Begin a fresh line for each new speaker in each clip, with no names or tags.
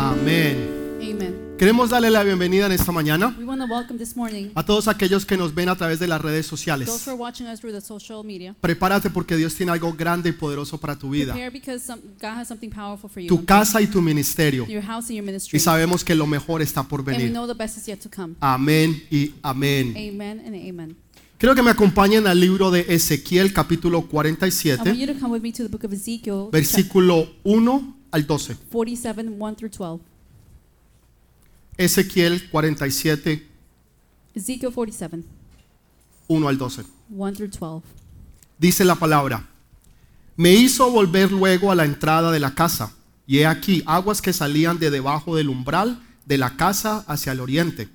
Amén.
Amen.
Queremos darle la bienvenida en esta mañana
We want to welcome this morning
a todos aquellos que nos ven a través de las redes
those
sociales.
who are watching us through the social media.
Prepárate porque Dios tiene algo grande y poderoso para tu vida,
Prepare because some, God has something powerful for
tu
you.
casa y tu ministerio.
Your house and your ministry.
Y sabemos que lo mejor está por
And we
venir.
know the best is yet to come.
Amén y amén.
Amen and amen.
Creo que me acompañen al libro de Ezequiel capítulo
I want
47,
you to come with me to the book of Ezekiel, chapter
versículo 1 al 12.
47, 1 through 12.
Ezequiel 47,
Ezekiel 47,
1 al 12.
1 through 12.
Dice la palabra, me hizo volver luego a la entrada de la casa, y he aquí aguas que salían de debajo del umbral de la casa hacia el oriente,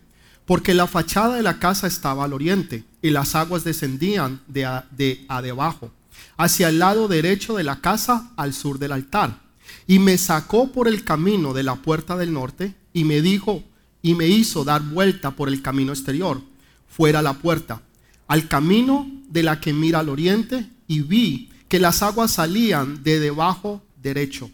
porque la fachada de la casa estaba al oriente, y las aguas descendían de a, de a debajo, hacia el lado derecho de la casa al sur del altar. Y me sacó por el camino de la puerta del norte, y me dijo, y me hizo dar vuelta por el camino exterior, fuera la puerta, al camino de la que mira al oriente, y vi que las aguas salían de debajo derecho.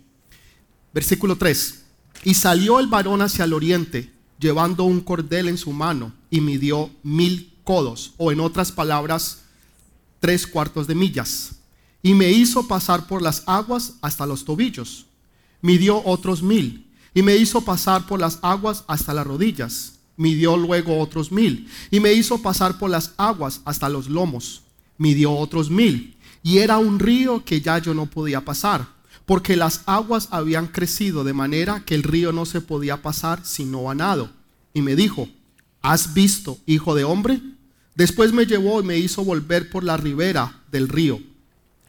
Versículo 3. Y salió el varón hacia el oriente, llevando un cordel en su mano, y midió mil codos, o en otras palabras, tres cuartos de millas. Y me hizo pasar por las aguas hasta los tobillos. Midió otros mil. Y me hizo pasar por las aguas hasta las rodillas. Midió luego otros mil. Y me hizo pasar por las aguas hasta los lomos. Midió otros mil. Y era un río que ya yo no podía pasar, porque las aguas habían crecido de manera que el río no se podía pasar sino a nado. Y me dijo, ¿has visto, hijo de hombre? Después me llevó y me hizo volver por la ribera del río.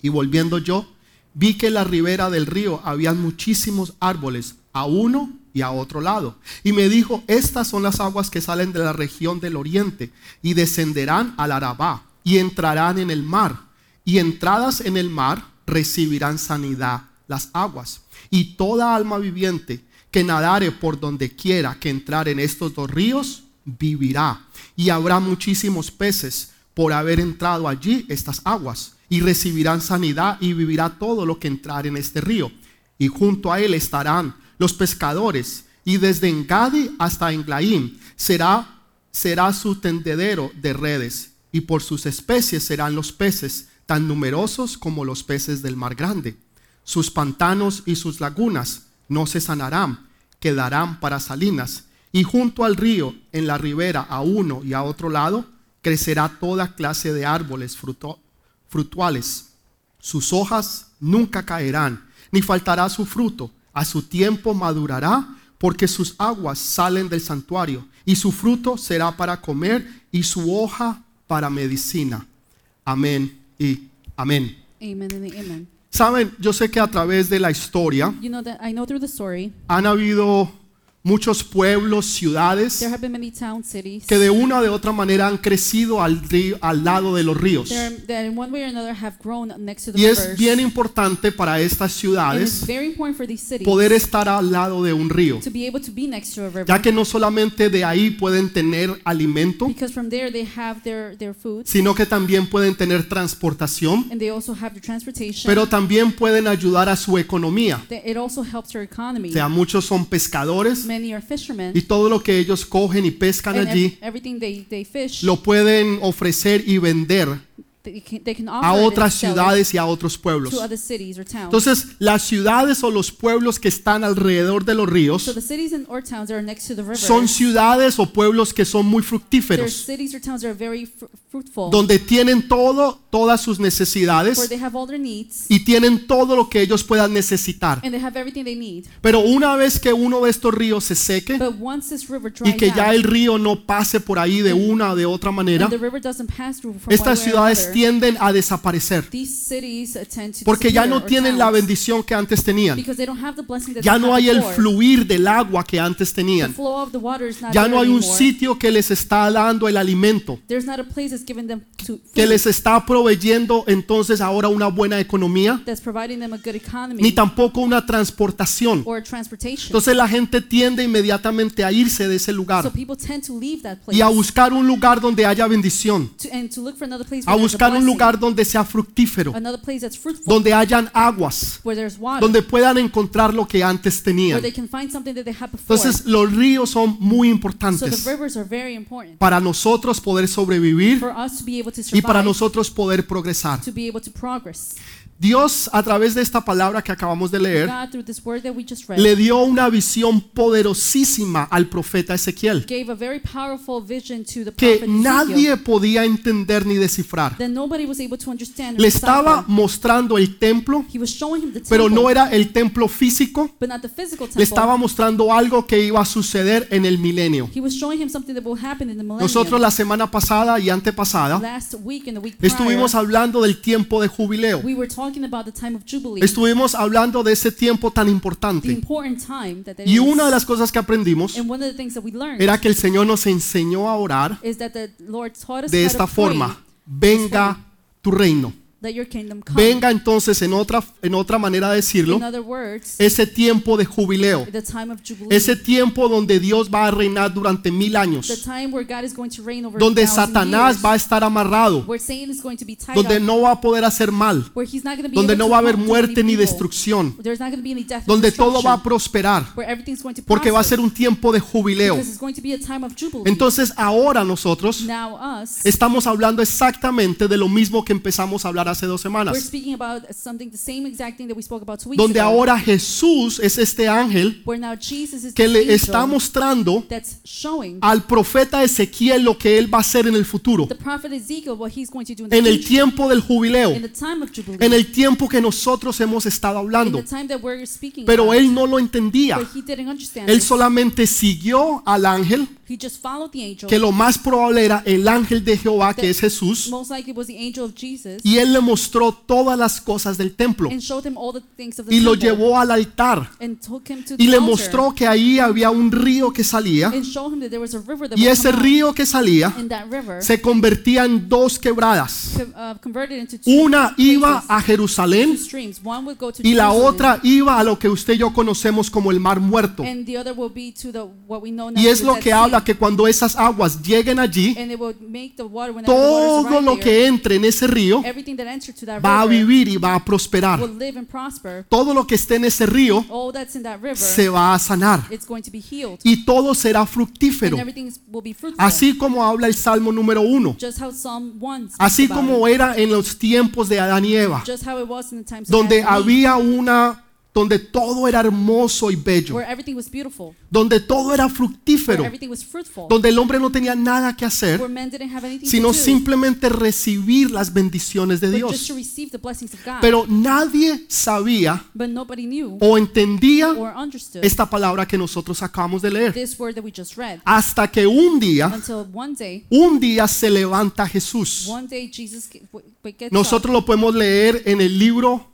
Y volviendo yo, vi que en la ribera del río habían muchísimos árboles, a uno y a otro lado. Y me dijo, estas son las aguas que salen de la región del oriente y descenderán al Arabá y entrarán en el mar. Y entradas en el mar recibirán sanidad las aguas. Y toda alma viviente que nadare por donde quiera que entrar en estos dos ríos, vivirá. Y habrá muchísimos peces por haber entrado allí estas aguas. Y recibirán sanidad y vivirá todo lo que entrar en este río. Y junto a él estarán los pescadores. Y desde Engadi hasta Englaim será, será su tendedero de redes. Y por sus especies serán los peces, tan numerosos como los peces del mar grande. Sus pantanos y sus lagunas no se sanarán, quedarán para salinas. Y junto al río, en la ribera, a uno y a otro lado, crecerá toda clase de árboles fruto- frutuales. Sus hojas nunca caerán, ni faltará su fruto. A su tiempo madurará, porque sus aguas salen del santuario, y su fruto será para comer, y su hoja para medicina. Amén y amén.
Amen and amen.
Saben, yo sé que a través de la historia
You know that I know through the story,
han habido muchos pueblos, ciudades
there have been many towns, cities
que de una o de otra manera han crecido al, río- al lado de los ríos.
there- that in one way or another have grown next to the
Y es
rivers.
bien importante para estas
And it's
ciudades
very important for these cities
poder estar al lado de un río,
to be able to be next to a river.
ya que no solamente de ahí pueden tener alimento,
Because from there they have their, their food
sino que también pueden tener transportación,
and they also have their transportation.
pero también pueden ayudar a su economía.
Th- it also helps their economy.
O sea, muchos son pescadores
Many are fishermen
y todo lo que ellos cogen y pescan
and ev-
allí
everything they, they fish
lo pueden ofrecer y vender
they can, they can offer
a
it and
otras
sell it
ciudades y a otros pueblos.
to other cities or towns.
Entonces, las ciudades o los pueblos que están alrededor de los
so
ríos
the cities and or towns that are next to the river
son ciudades o pueblos que son muy
there are
fructíferos,
cities or towns that are very fr- fruitful
donde tienen todo, todas sus
where
necesidades
they have all their needs
y tienen todo lo que ellos puedan necesitar.
and they have everything they need.
Pero una vez que uno de estos ríos se seque
But once this river dries
y que ya
out
el río no pase por ahí de una o de otra manera,
and the river doesn't pass through from
estas
one way or
ciudades
another,
tienden a desaparecer,
these cities uh, tend to
porque ya
disappear
no
or
tienen la
towns.
bendición que antes tenían,
Because they don't have the blessing that
ya
they
no
had
hay el
before.
fluir del agua que antes
The
tenían.
flow of the water is not
Ya
there
no hay un
anymore.
sitio que les está dando el alimento,
There's not a place that's giving them to
que
food
les está proveyendo entonces ahora una buena economía,
that's providing them a good economy
ni tampoco una transportación.
or transportation.
Entonces la gente tiende inmediatamente a irse de ese
so pues,
lugar
people tend to leave that place
y a buscar un lugar donde haya bendición,
to, and to look for another place
a
where there's
buscar un lugar donde sea fructífero,
another place that's fruitful,
donde hayan aguas,
where there's water,
donde puedan encontrar lo que antes
where
tenían.
they can find something that they had before.
Entonces los ríos son muy
so
importantes
the rivers are very important
para nosotros poder sobrevivir
for us to be able to survive,
y para nosotros poder progresar.
to be able to progress.
Dios a través de esta palabra que acabamos de leer
God, through this word that we just read,
le dio una visión poderosísima al profeta Ezequiel
gave a very powerful vision to the
que
prophet Ezekiel
nadie podía entender ni descifrar.
that nobody was able to understand. and
Le
decipher.
estaba mostrando el templo,
he was showing him the
pero
temple,
no era el templo físico,
but not the physical temple.
le estaba mostrando algo que iba a suceder en el milenio.
he was showing him something that will happen in the millennium.
Nosotros la semana pasada y antepasada
Last week and the week prior,
estuvimos hablando del tiempo de jubileo,
we were talking about the time of Jubilee,
estuvimos hablando de ese tiempo tan
the
importante.
important time that there
Y
is.
una de las cosas que aprendimos
and one of the things that we learned
era que el Señor nos enseñó a orar
is that the Lord taught us
de
how
esta
to pray,
forma, venga tu reino.
that your kingdom come.
Venga entonces, en otra, en otra manera de decirlo,
in other words,
ese tiempo de jubileo,
the time of Jubilee,
ese tiempo donde Dios va a reinar durante mil
the
años,
time where God is going to reign over
donde
1,000
Satanás
years,
va a estar amarrado,
where Satan is going to be tied
donde
up,
no va a poder hacer mal,
where he's not going to be
donde
able
no
to
va a haber
harm too
muerte
many
ni
people,
destrucción,
There's not going to be any death and
donde todo va a
destruction,
prosperar,
where everything's going to
porque va a
prosper,
ser un tiempo de jubileo.
because it's going to be a time of jubilee.
Entonces ahora nosotros
now us,
estamos hablando exactamente de lo mismo que empezamos a hablar hace dos
we're
semanas,
speaking about something, the same exact thing that we spoke about two weeks
donde
ago,
ahora Jesús es este ángel
where now Jesus is
que
the
le
angel
está mostrando
that's showing
al profeta Ezequiel lo que él va a hacer en el futuro,
the prophet Ezekiel what he's going to do in the
en el
future,
tiempo del jubileo,
in the time of jubilee,
en el tiempo que nosotros hemos estado
in the
hablando.
time that we're speaking
Pero
about,
él no lo entendía.
but he didn't understand
Él
it.
solamente siguió al ángel,
He just followed the angel.
que lo más probable era el ángel de Jehová, que es Jesús,
Most likely was the angel of Jesus
y él le mostró todas las cosas del templo
and showed him all the things of the
y lo
temple
llevó al altar
and took him to
y
the
le
altar
mostró que ahí había un río que salía
and showed him that there was a river that
y
would
ese
come out.
río que salía
and that river
se convertía en dos quebradas.
co- uh, converted into two,
Una iba
places,
a
two
Jerusalén
streams. One would go to
y la
Jerusalem,
otra iba a lo que usted y yo conocemos como el Mar Muerto.
and the other will be to the what we know now
Y
to
es
the
lo
Dead
que
Sea.
habla que cuando esas aguas lleguen allí,
and it will make the water whenever the waters
todo
arrive
lo
there,
que entre en ese río
everything that entered to that
va a
river
vivir y va a
will
prosperar.
live and prosper.
Todo lo que esté en ese río
All that's in that river
se va a sanar
it's going to be healed
y todo será fructífero.
and everything is- will be fruitful.
Así como habla el Salmo número uno,
just how Psalm 1 speaks
así
about
como
it.
era en los tiempos de Adán y Eva,
just how it was in the times of
donde
Adam and Eve,
había una, donde todo era hermoso y bello,
where everything was beautiful,
donde todo era
where
fructífero,
everything was fruitful,
donde el hombre no tenía nada que hacer,
where men didn't have anything
sino
to do,
simplemente recibir las bendiciones de
but just
Dios.
to receive the blessings of God.
Pero nadie sabía
but nobody knew
o entendía
or understood
esta palabra que nosotros acabamos de leer.
this word that we just read
Hasta que un día,
until one day,
un día se levanta Jesús.
one day Jesus ge- w- w- gets up.
Nosotros lo podemos leer en el libro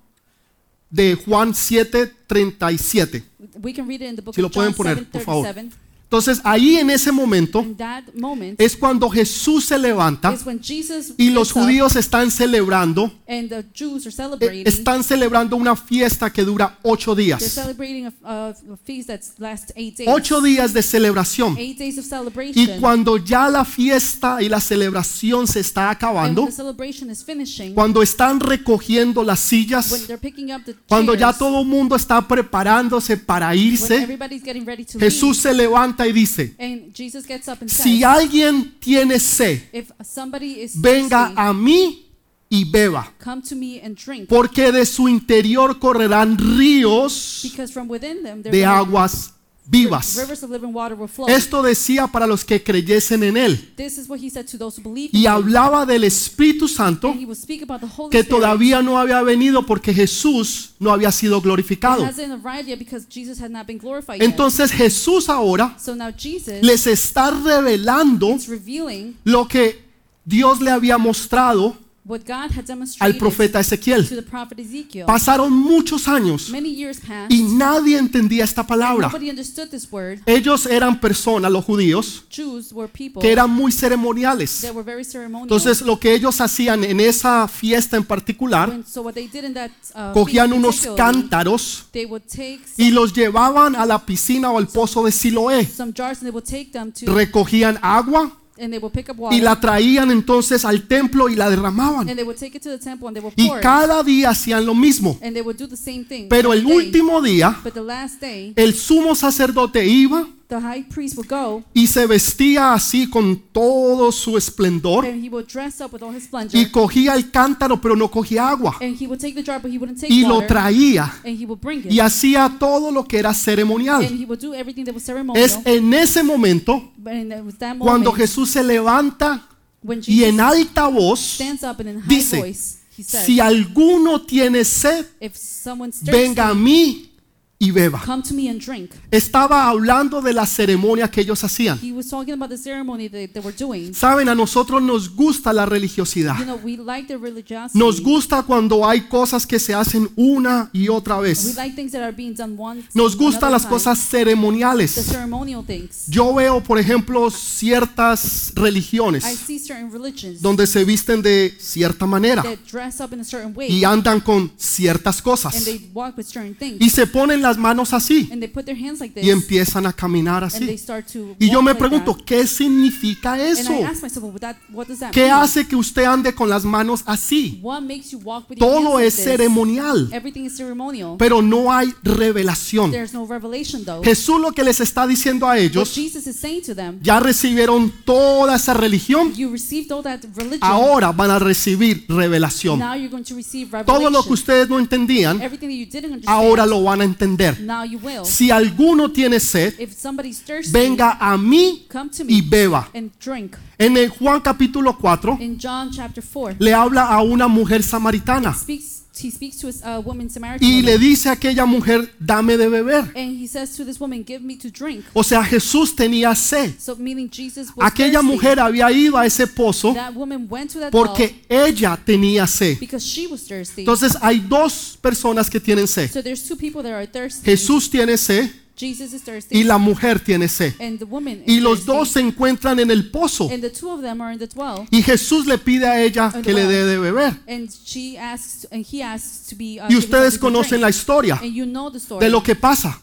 de Juan 7, 37.
We can read it in the book
Si lo
of John
pueden poner,
7,
por favor.
37.
Entonces ahí en ese momento
In that moment
es cuando Jesús se levanta
is when Jesus
Eh, y los
gets up
judíos están celebrando,
and the Jews are
eh,
celebrating.
están celebrando una fiesta que dura ocho
They're
días.
celebrating a, a a feast that's lasts eight days.
Ocho días de celebración.
Eight days of
Y
celebration.
cuando ya la fiesta y la celebración se está
And when
acabando,
the celebration is finishing,
cuando están recogiendo las
when
sillas,
they're picking up the
cuando ya
chairs,
todo el mundo está preparándose para
when
irse,
everybody's getting ready to
Jesús se levanta y dice,
leave, and Jesus gets up and
si
says,
alguien tiene sed,
if somebody is
venga
thirsty,
a mí y beba,
come to me and drink,
porque de su interior correrán ríos
because from within them there
de
will-
aguas vivas.
rivers of living water will flow.
Esto decía para los que creyesen en él.
This is what he said to those who believe in
Y
him.
hablaba del Espíritu Santo
And he will speak about the Holy
que
Spirit.
todavía no había venido porque Jesús no había sido
It
glorificado.
hasn't arrived yet because Jesus had not been glorified yet.
Entonces Jesús ahora
So now Jesus
les está revelando
is revealing
lo que Dios le había mostrado
what God had
al
demonstrated
profeta
to
Ezequiel.
the prophet Ezekiel.
Pasaron muchos años
Many years passed.
y nadie entendía esta palabra.
Nobody understood this word.
Ellos eran personas, los judíos,
Jews were people
que eran muy ceremoniales.
that were very ceremonial.
Entonces lo que ellos hacían en esa fiesta en particular,
When- so what they did in that uh,
cogían
feast
unos
particularly,
cántaros
They would take some,
y los llevaban a la piscina o al pozo de Siloé.
some jars and they would take them to
recogían agua
and they will pick up
y
water
la traían entonces al templo y la derramaban.
and they will take it to the temple and they will
Y
pour it
cada día hacían lo mismo.
and they will do the same thing.
Pero el
every day.
último día,
But the last day,
el sumo sacerdote iba
the high priest will go
y se vestía así con todo su esplendor
and he will dress up with all his splendor
y cogía el cántaro, pero no cogía agua.
and he will take the jar, but he wouldn't take
Y lo
water
traía
and he will bring
y
it
hacía todo lo que era ceremonial.
and he will do everything that was ceremonial.
Es en ese momento
But in that- with that
cuando
moment,
Jesús se levanta
when
y
Jesus
en alta voz,
stands up and in high
dice,
voice, he says,
si alguno tiene sed,
if someone's thirsty,
venga a mí y beba.
come to me and drink.
Estaba hablando de la ceremonia que ellos hacían.
He was talking about the ceremony that they were doing.
Saben, a nosotros nos gusta la religiosidad.
You know, we like the religiosity.
Nos gusta cuando hay cosas que se hacen una y otra
We
vez.
like things that are being done once.
Nos gustan
another
las
time,
cosas
The
ceremoniales.
ceremonial things.
Yo veo, por ejemplo, ciertas
I
religiones
see certain religions
donde se visten de cierta manera
that dress up in a certain way
y andan con ciertas
and
cosas
they walk with certain things
y se ponen las manos así
and they put their hands like this
y empiezan a caminar
and they
así.
start to.
Y yo
walk
me
like
pregunto,
that.
¿qué significa eso?
And I ask myself, well, that, what does that
¿Qué
mean?
hace que usted ande con las manos así?
What makes you walk with your
Todo es
hands like this?
ceremonial,
Everything is ceremonial.
pero no hay revelación.
There's no revelation though.
Jesús lo que les está diciendo a
What
ellos,
Jesus is saying to them,
ya recibieron toda esa religión,
you received all that religion.
ahora van a recibir revelación.
Now you're going to receive
Todo lo que
revelation.
ustedes no entendían,
Everything that you didn't understand.
ahora lo van a entender.
Now you will.
Si alguno tiene sed,
If somebody's thirsty,
venga a mí
come to
y
me
beba.
and drink.
En el Juan capítulo 4
In John chapter 4,
le habla a una mujer samaritana
speaks, he speaks to a uh, woman Samaritan
y le
woman,
dice a aquella mujer, dame de beber.
and he says to this woman, give me to drink.
O sea, Jesús tenía sed.
So meaning Jesus was
Aquella
thirsty.
mujer había ido a ese pozo
That woman went to that well
porque ella tenía sed.
because she was thirsty.
Entonces hay dos personas que tienen sed.
so there's two people that are thirsty.
Jesús tiene sed
Jesus is thirsty.
y la mujer tiene sed.
and the woman is
Y los
thirsty.
dos se encuentran en el pozo.
and the two of them are in the well
Y Jesús le pide a ella que le dé de beber.
and she asks and he asks to be uh,
Y
given
ustedes
something to drink.
conocen la historia
and you know the story
de lo que pasa.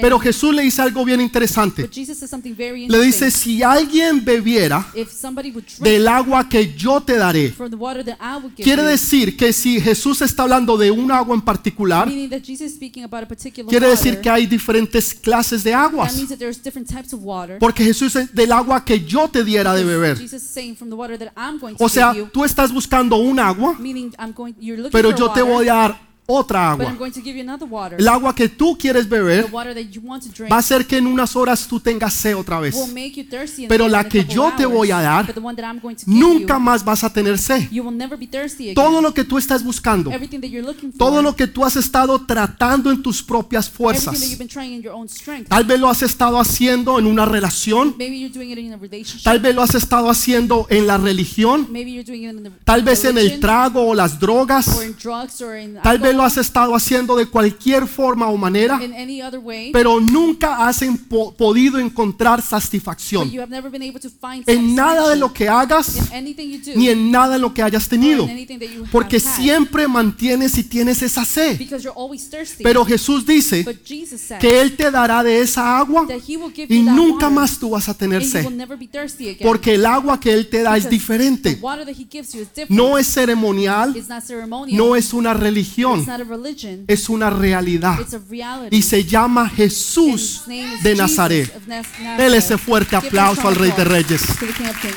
Pero
Eh,
Jesús le dice algo bien interesante.
but Jesus says something
Le
very interesting
dice, si alguien bebiera
if somebody would drink
del agua que yo te daré,
from the water that I would give
quiere
you,
decir que si Jesús está hablando de un agua en particular,
meaning that Jesus is speaking about a particular
quiere
water
decir que hay diferentes clases de
that
aguas.
means that there's different types of water
Porque Jesús es del agua que yo te diera de
Because
beber.
Jesus is saying from the water that I'm going to
O sea,
give you
tú estás buscando un agua,
meaning I'm going you're looking
pero
for
yo te
water
voy a dar otra
but I'm
agua.
going to give you another water
El agua que tú quieres
the
beber
water that you want to drink
va a ser que en unas horas tú tengas sed otra vez.
will make you thirsty
Pero
in
la
a
que
couple
yo te
hours,
voy a dar,
but the one that I'm going to give you,
Nunca más vas a tener sed.
You will never be thirsty again.
Todo lo que tú estás buscando,
Everything that you're looking for.
todo lo que tú has estado tratando en tus propias
everything that
fuerzas,
you've been trying in your own strength.
tal vez lo has estado haciendo en una relación,
Maybe you're doing it in a relationship.
tal vez lo has estado haciendo en la religión,
Maybe you're doing it in the
tal vez en el
religion,
trago o las
or
drogas,
in drugs or in
tal vez lo
alcohol,
has estado haciendo de cualquier forma o manera.
in any other way.
pero nunca has empo- podido encontrar
but
satisfacción
you have never been able to find
en nada de lo
satisfaction
que hagas
in anything you do
ni en nada de lo que hayas tenido,
or in anything that you
porque
have had,
siempre mantienes y tienes esa sed.
because you're always thirsty.
Pero Jesús dice
but Jesus said
que Él te dará de esa agua
that he will give
y
you that
nunca
water,
más tú vas a tener
and you will
sed,
never be thirsty again.
porque el agua que Él te da es
Because the
diferente,
water that he gives you is different.
no es ceremonial,
it's not ceremonial.
no es una religión,
it's not a religion.
es una realidad
It's a reality.
y se llama
And
Jesús
his name is
de
Jesus
Nazaret.
of Naz-
Dele ese
Nazareth.
fuerte
Give him
aplauso al
some
Rey de
applause
Reyes.
to the King of Kings.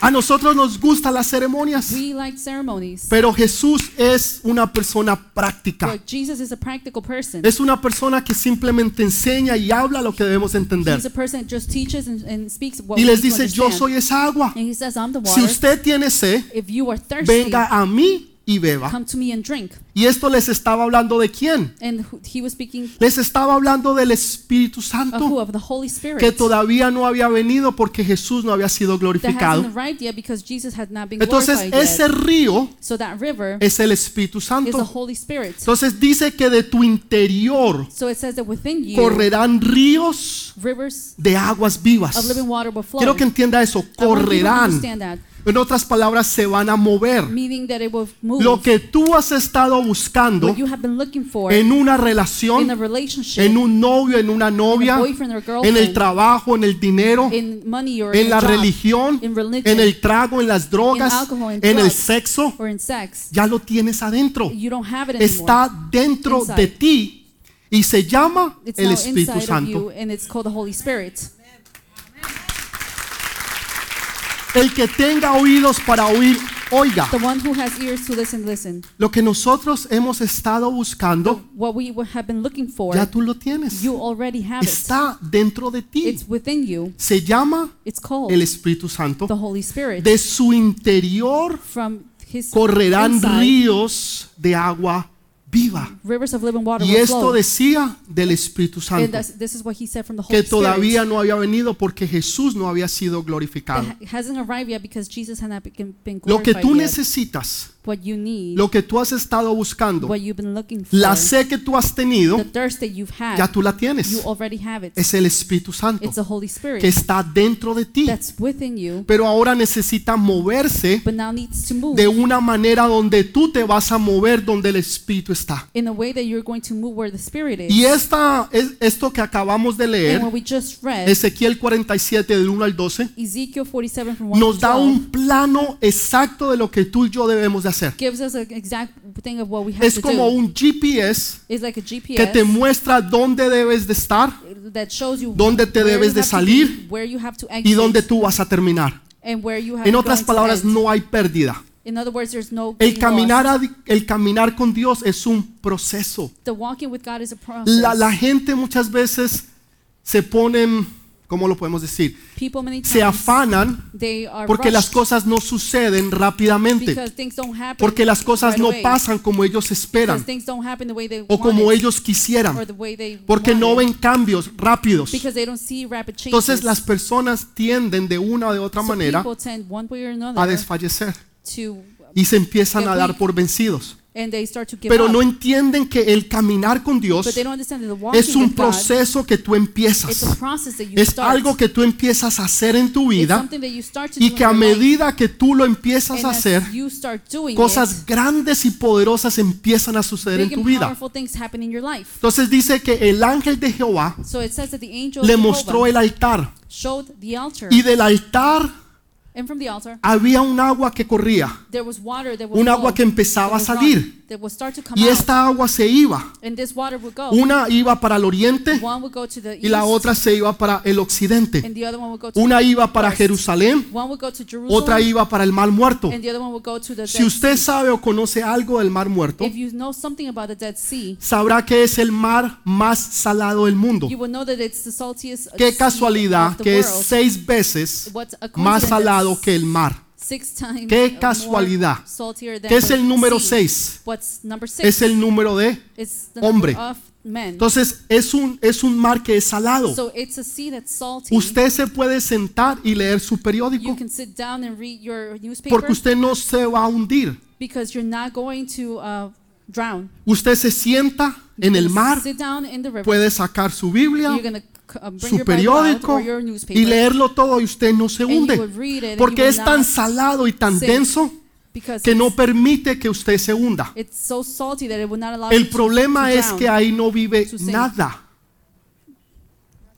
A nosotros nos gustan las ceremonias.
We like ceremonies,
Pero Jesús es una persona práctica.
but Jesus is a practical person.
Es una persona que simplemente enseña y habla lo que debemos entender.
He's a person that just teaches and, and speaks what
Y
we
les
need to
dice, yo
understand.
soy esa agua.
And he says, I'm the
Si
water.
usted tiene sed,
If you are thirsty,
venga a mí y beba.
come to me and drink.
Y esto les estaba hablando de quién.
And who- he was speaking
Les estaba hablando del Espíritu
of who?
Santo,
Of the Holy Spirit
que todavía no había venido porque Jesús no había sido
that hasn't
glorificado.
arrived yet because Jesus had not been
Entonces,
glorified
ese
yet.
río
So that river
es el Espíritu
is the
Santo.
Holy Spirit.
Entonces dice que de tu interior
So it says that within you,
correrán ríos
rivers
de aguas
of
vivas.
living water will flow.
Quiero que entienda eso.
I want people to
Correrán.
understand that.
En otras palabras, se van a mover.
meaning that it will move.
Lo que tú has estado buscando
what you have been looking for
en una
in a
relación,
relationship,
en un novio, en una
a
novia,
boyfriend or
en el
girlfriend,
trabajo, en el dinero,
in money or
en
in
la
job,
religión,
in religion,
en el trago, en las drogas,
alcohol, in
en el
drugs.
sexo.
or in sex,
Ya lo tienes adentro.
you don't have it anymore.
Está dentro de ti y se llama
it's
el
now
Espíritu
inside of you,
Santo.
and it's called the Holy Spirit.
El que tenga oídos para oír, oiga.
The one who has ears to listen, listen.
Lo que nosotros hemos estado buscando,
What we w- have been looking for,
ya tú lo tienes.
you already have it.
Está dentro de ti.
It's within you.
Se llama
It's called
el Espíritu Santo.
the Holy Spirit.
De su interior
From his
correrán
inside,
ríos de agua viva.
rivers of living water
Y
will
esto
flow.
decía del Espíritu
and
Santo,
that's, this is what he said from the Holy
que
Spirit.
todavía no había venido porque Jesús no había sido
It
glorificado.
ha- hasn't arrived yet because Jesus had not been been
Lo que
glorified
tú
yet.
necesitas,
What you need,
lo que tú has estado buscando,
what you've been looking for,
la sed que tú has tenido,
the thirst that you've had,
ya tú la
you
tienes.
already have it.
Es el Espíritu Santo
It's the Holy Spirit
que está dentro de ti,
that's within you,
pero ahora necesita moverse
but now needs to move
de una manera donde tú te vas a mover donde el Espíritu está.
in a way that you're going to move where the Spirit is.
Y esta, es- esto que acabamos de
and
leer,
what we just read,
Ezequiel 47 del 1 al 12,
Ezekiel 47 from 1
nos
to
da
12,
un plano exacto de lo que tú y yo debemos de hacer.
gives us an exact thing of what we have
Es
to
como
do.
un GPS
it's like a GPS
que te muestra dónde debes de estar
that shows you
dónde te
where you
debes de
have to be,
salir
where you have to
y
exit,
dónde tú vas a terminar.
and where you have
En
to
otras
go
palabras,
instead.
no hay pérdida.
In other words, there's no
El
being
caminar,
lost.
a- el caminar con Dios es un proceso.
The walking with God is a process.
La, la gente muchas veces se ponen, ¿cómo lo podemos decir?
People many times
Se afanan
they are
porque las
rushed
cosas no suceden rápidamente,
because things don't happen
porque las cosas
right
no
away,
pasan como ellos
because
esperan
things don't happen the way they
o como
want it,
ellos
or
quisieran,
the way they
porque
want
no
it,
ven cambios rápidos.
because they don't see rapid changes.
Entonces las personas tienden de una o de otra
So
manera
people tend one way or
a
another
desfallecer.
to
y se empiezan a dar por vencidos.
and they start to give
Pero
up.
no entienden que el caminar con Dios
but they don't understand that the walking
es un
with God,
proceso que tú
it's
empiezas.
a process that you
Es
start.
algo que tú empiezas a hacer en tu
It's
vida
something that you start to do
y
in
que a
your life,
medida que tú lo empiezas
and
a
as
hacer,
you start doing
cosas
it,
grandes y poderosas empiezan a suceder en
big
tu
and
vida.
powerful things happen in your life.
Entonces dice que el ángel de Jehová
So it says that the angel
le
of
mostró
Jehovah
el altar
showed the altar,
y del altar
and from the altar
había un agua que corría,
there was water that would
un
flow,
agua que
that
empezaba a
would
salir
run, that would start to come
y
out,
esta agua se iba.
and this water would go.
Una iba para el oriente
Oh. one would go to the
y la
east,
otra se iba para el occidente.
and the other one would go to
Una iba para Jerusalén,
one would go to Jerusalem,
otra iba para el Mar Muerto.
and the other one would go to the
Si
Dead
usted
Sea.
sabe o conoce algo del Mar Muerto,
If you know something about the Dead Sea,
sabrá que es el mar más salado del mundo.
you will know that it's the saltiest uh,
Qué
sea
casualidad
of the
que es
world.
seis veces
What a
más
coincidence.
salado que el mar.
Six times
Qué
more
casualidad.
saltier than
¿Qué es
the
el número
sea.
seis?
What's number six?
Es el número de
It's the number
hombre.
of men.
Entonces es un, es un mar que es salado.
So it's a sea that's salty.
Usted se puede sentar y leer su
you
periódico
can sit down and read your newspaper
porque usted no se va a hundir.
because you're not going to uh, drown.
Usted se sienta en el
You
mar
Sit down in the river.
puede sacar su Biblia,
you're gonna c- uh, bring
su
your Bible out
periódico
or your newspaper
y leerlo todo y usted no se
and you will
hunde.
read it and you
Porque
will
es tan
not
salado y tan
sink.
denso
because
que no
it's-
permite que usted se hunda.
it's so salty that it will not allow you
El
to-
problema
to
es
drown.
que ahí no vive
to sink.
nada.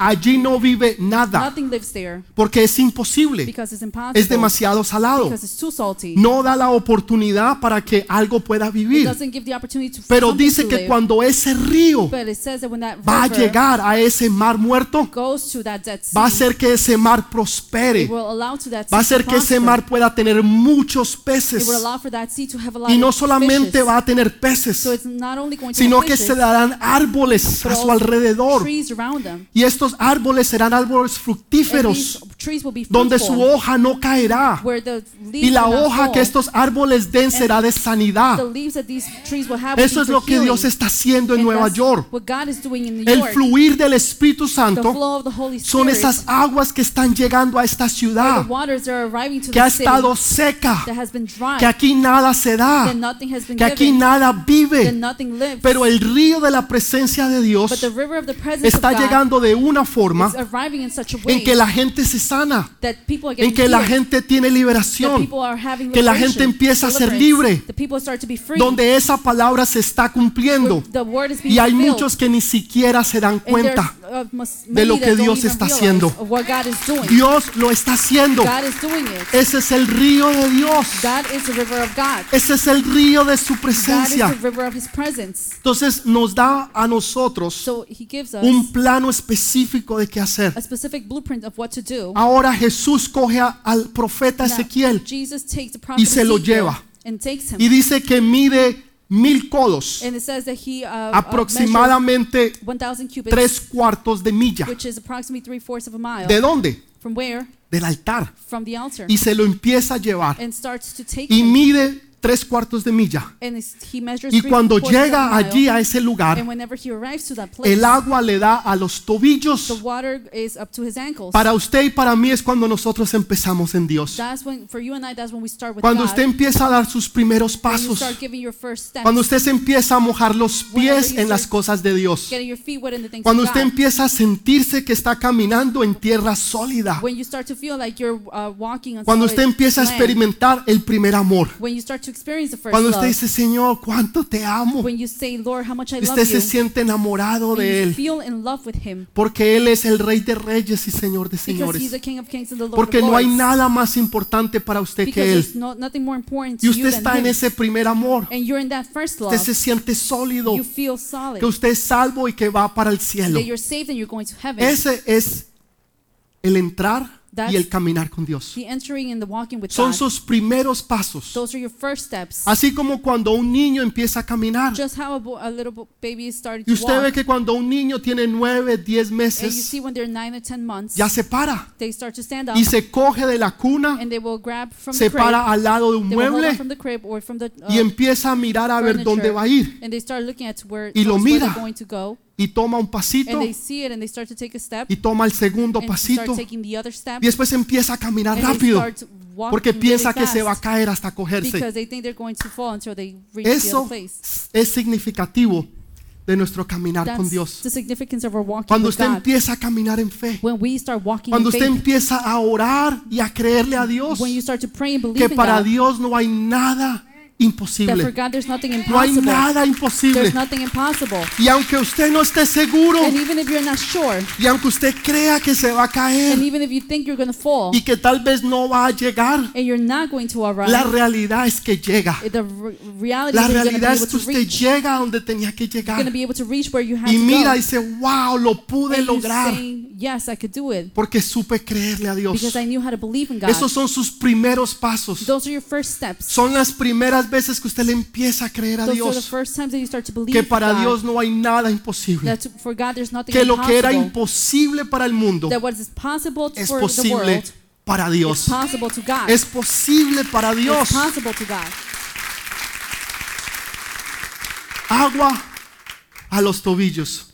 Allí no vive nada
Nothing lives there
porque es imposible.
because it's impossible.
Es demasiado salado.
Because it's too salty.
No da la oportunidad para que algo pueda
It
vivir.
doesn't give the opportunity to
Pero
something
dice
to
que
live.
cuando ese río
But it says that when that
va a
river
llegar a ese mar muerto,
goes to that dead sea,
va a hacer que ese mar prospere.
it will allow to that sea
va a hacer
to
que ese
prosper.
mar pueda tener muchos
It
peces
will allow for that sea to have a lot
y no
of
solamente
fishes.
va a tener peces
So it's not only going to
sino
have
que se
fishes,
darán árboles
but
a su
also
alrededor
trees around them.
y estos árboles serán árboles
And these
fructíferos
trees will be
donde
fruitful,
su hoja no caerá
where the leaves
y la
will not
hoja
fall.
que estos árboles den será de
the
sanidad
leaves that these trees will have will
eso
be
es
for
lo que
healing.
Dios está haciendo en
And
Nueva
that's
York
What God is doing in New
el
York,
fluir del Espíritu
the
Santo
flow of the Holy Spirit,
son esas aguas que están llegando a esta
the
ciudad
waters that are arriving to
que
the
ha
city
estado seca
that has been dry,
que aquí nada se da
that nothing has been
que aquí
given,
nada
that
vive,
nothing lives.
pero el río de la presencia de
but the
Dios
river of the presence
está
of God
llegando de una forma
is arriving in such a way
en que la gente se sana,
that people are
en
getting
que la
healed,
gente tiene
that
liberación,
people are having
que la gente
liberation,
empieza a ser
deliverance,
libre,
the people start to be free,
donde esa palabra se está cumpliendo.
the word is being
Y hay
fulfilled,
muchos que ni siquiera se dan
and there's,
cuenta.
uh, must-
de lo
many
que
that don't
Dios
even
está
realize
haciendo.
of what God is doing.
Dios lo está haciendo.
God is doing it.
Ese es el río de Dios.
God is the river of God.
Ese es el río de su
God is the
presencia.
river of His presence.
Entonces nos da a nosotros
So He gives us
un plano específico de qué hacer.
a specific blueprint of what to do.
Ahora Jesús coge a- al profeta
Now,
Ezequiel
Jesus takes the prophet
se lo
Ezekiel
lleva.
and takes him.
y dice que mide mil codos,
and it says that he uh, uh, measured
aproximadamente
1,000 cubits,
tres cuartos de milla.
which is approximately three fourths of a mile.
¿De dónde?
from where?
Del altar.
From the altar.
Y se lo empieza a llevar
and starts to take
y
him.
mide tres cuartos de milla.
And it's- he measures
Y
three
cuando
fourths of a
llega
mile,
allí a ese lugar,
and whenever he arrives to that place,
el agua le da a los
the
tobillos.
water is up to his ankles.
Para usted y para mí es cuando nosotros empezamos en Dios.
That's when, for you and I, that's when we start with
Cuando
God.
usted empieza a dar sus primeros
when you
pasos.
start giving your first steps,
Cuando usted se empieza a mojar los pies en las cosas de Dios.
getting your feet wet in the things
Cuando
of
usted
God,
empieza a sentirse que está caminando en tierra sólida.
when you start to feel like you're uh, walking on
Cuando
solid
usted empieza a
land,
experimentar el primer amor.
when you start to experience the first
Cuando
love,
usted dice, Señor, cuánto te amo.
when you say, Lord, how much I love
Usted se
you,
siente enamorado
and
de
you
Él.
feel in love with Him,
Porque Él es el Rey de Reyes y Señor de
because He's
Señores.
the King of Kings and the Lord
Porque
of
no
Lords,
hay nada más importante para usted
because
que
there's
Él.
no, nothing more important
Y
to
usted
you than
está en
Him,
ese primer amor.
and you're in that first love,
Usted se siente sólido.
you feel solid,
Que usted es salvo y que va para el cielo.
that you're saved and you're going to heaven,
Ese es el entrar y
That's-
el caminar con Dios.
the entering and the walking with
Son
God,
sus Ah. primeros pasos.
those are your first steps.
Así como cuando un niño empieza a caminar.
just how a, bo- a little bo- baby started
Y
to
usted ve
walk.
que cuando un niño tiene nueve, diez
And you
meses,
see when they're nine or ten months,
ya se para
they start to stand up
y se coge de la cuna,
and they will grab from
se
the crib,
para al lado de un
they will hold on
mueble
from the crib or from the uh,
y empieza a mirar a ver
furniture,
dónde va a ir.
and they start looking at where,
Y lo
towards where
mira.
they're going to go,
Y toma un pasito
and they see it and they start to take a step
y toma el segundo
and start
pasito
taking the other step,
y después empieza a caminar
and they
rápido
start walking
porque
really
piensa que se va a
fast
caer hasta cogerse.
because they think they're going to fall until they reach the other
Eso
place.
es significativo de nuestro caminar con
That's
Dios.
the significance of our walking
Cuando
with
usted
God.
empieza a caminar en fe,
when we start walking
cuando
in
usted
faith,
empieza a orar y a creerle a Dios
when you start to pray and believe
que
in
para
God,
Dios no hay nada
that for
imposible.
God there's nothing
No hay
impossible.
nada imposible.
There's nothing impossible.
Y aunque usted no esté seguro,
And even if you're not sure,
y aunque usted crea que se va a
and
caer
even if you think you're going to fall,
y que tal vez no va a llegar,
and you're not going to arrive, eh,
la realidad es que llega.
the re- reality
La
is you're going to
realidad
be
es
able
que
to
usted
reach.
llega a donde tenía que
You're going to
llegar.
be able to reach where you have
Y
to
mira y
go.
dice, wow, lo pude
And you're
lograr
saying, yes, I could do it
porque supe creerle a Dios.
because I knew how to believe in God.
Esos son sus primeros pasos.
Those are your first steps.
Son las primeras veces que usted le empieza a creer a
Those are the
Dios
first times that you start to believe
que
in
para
God.
Dios no hay nada imposible.
That for God there's nothing
Que lo que era
impossible.
imposible para el mundo
That what is possible
es
for the
posible
world
para
is
Dios.
possible to God.
Es posible para Dios.
It's possible to God.
Agua a los tobillos.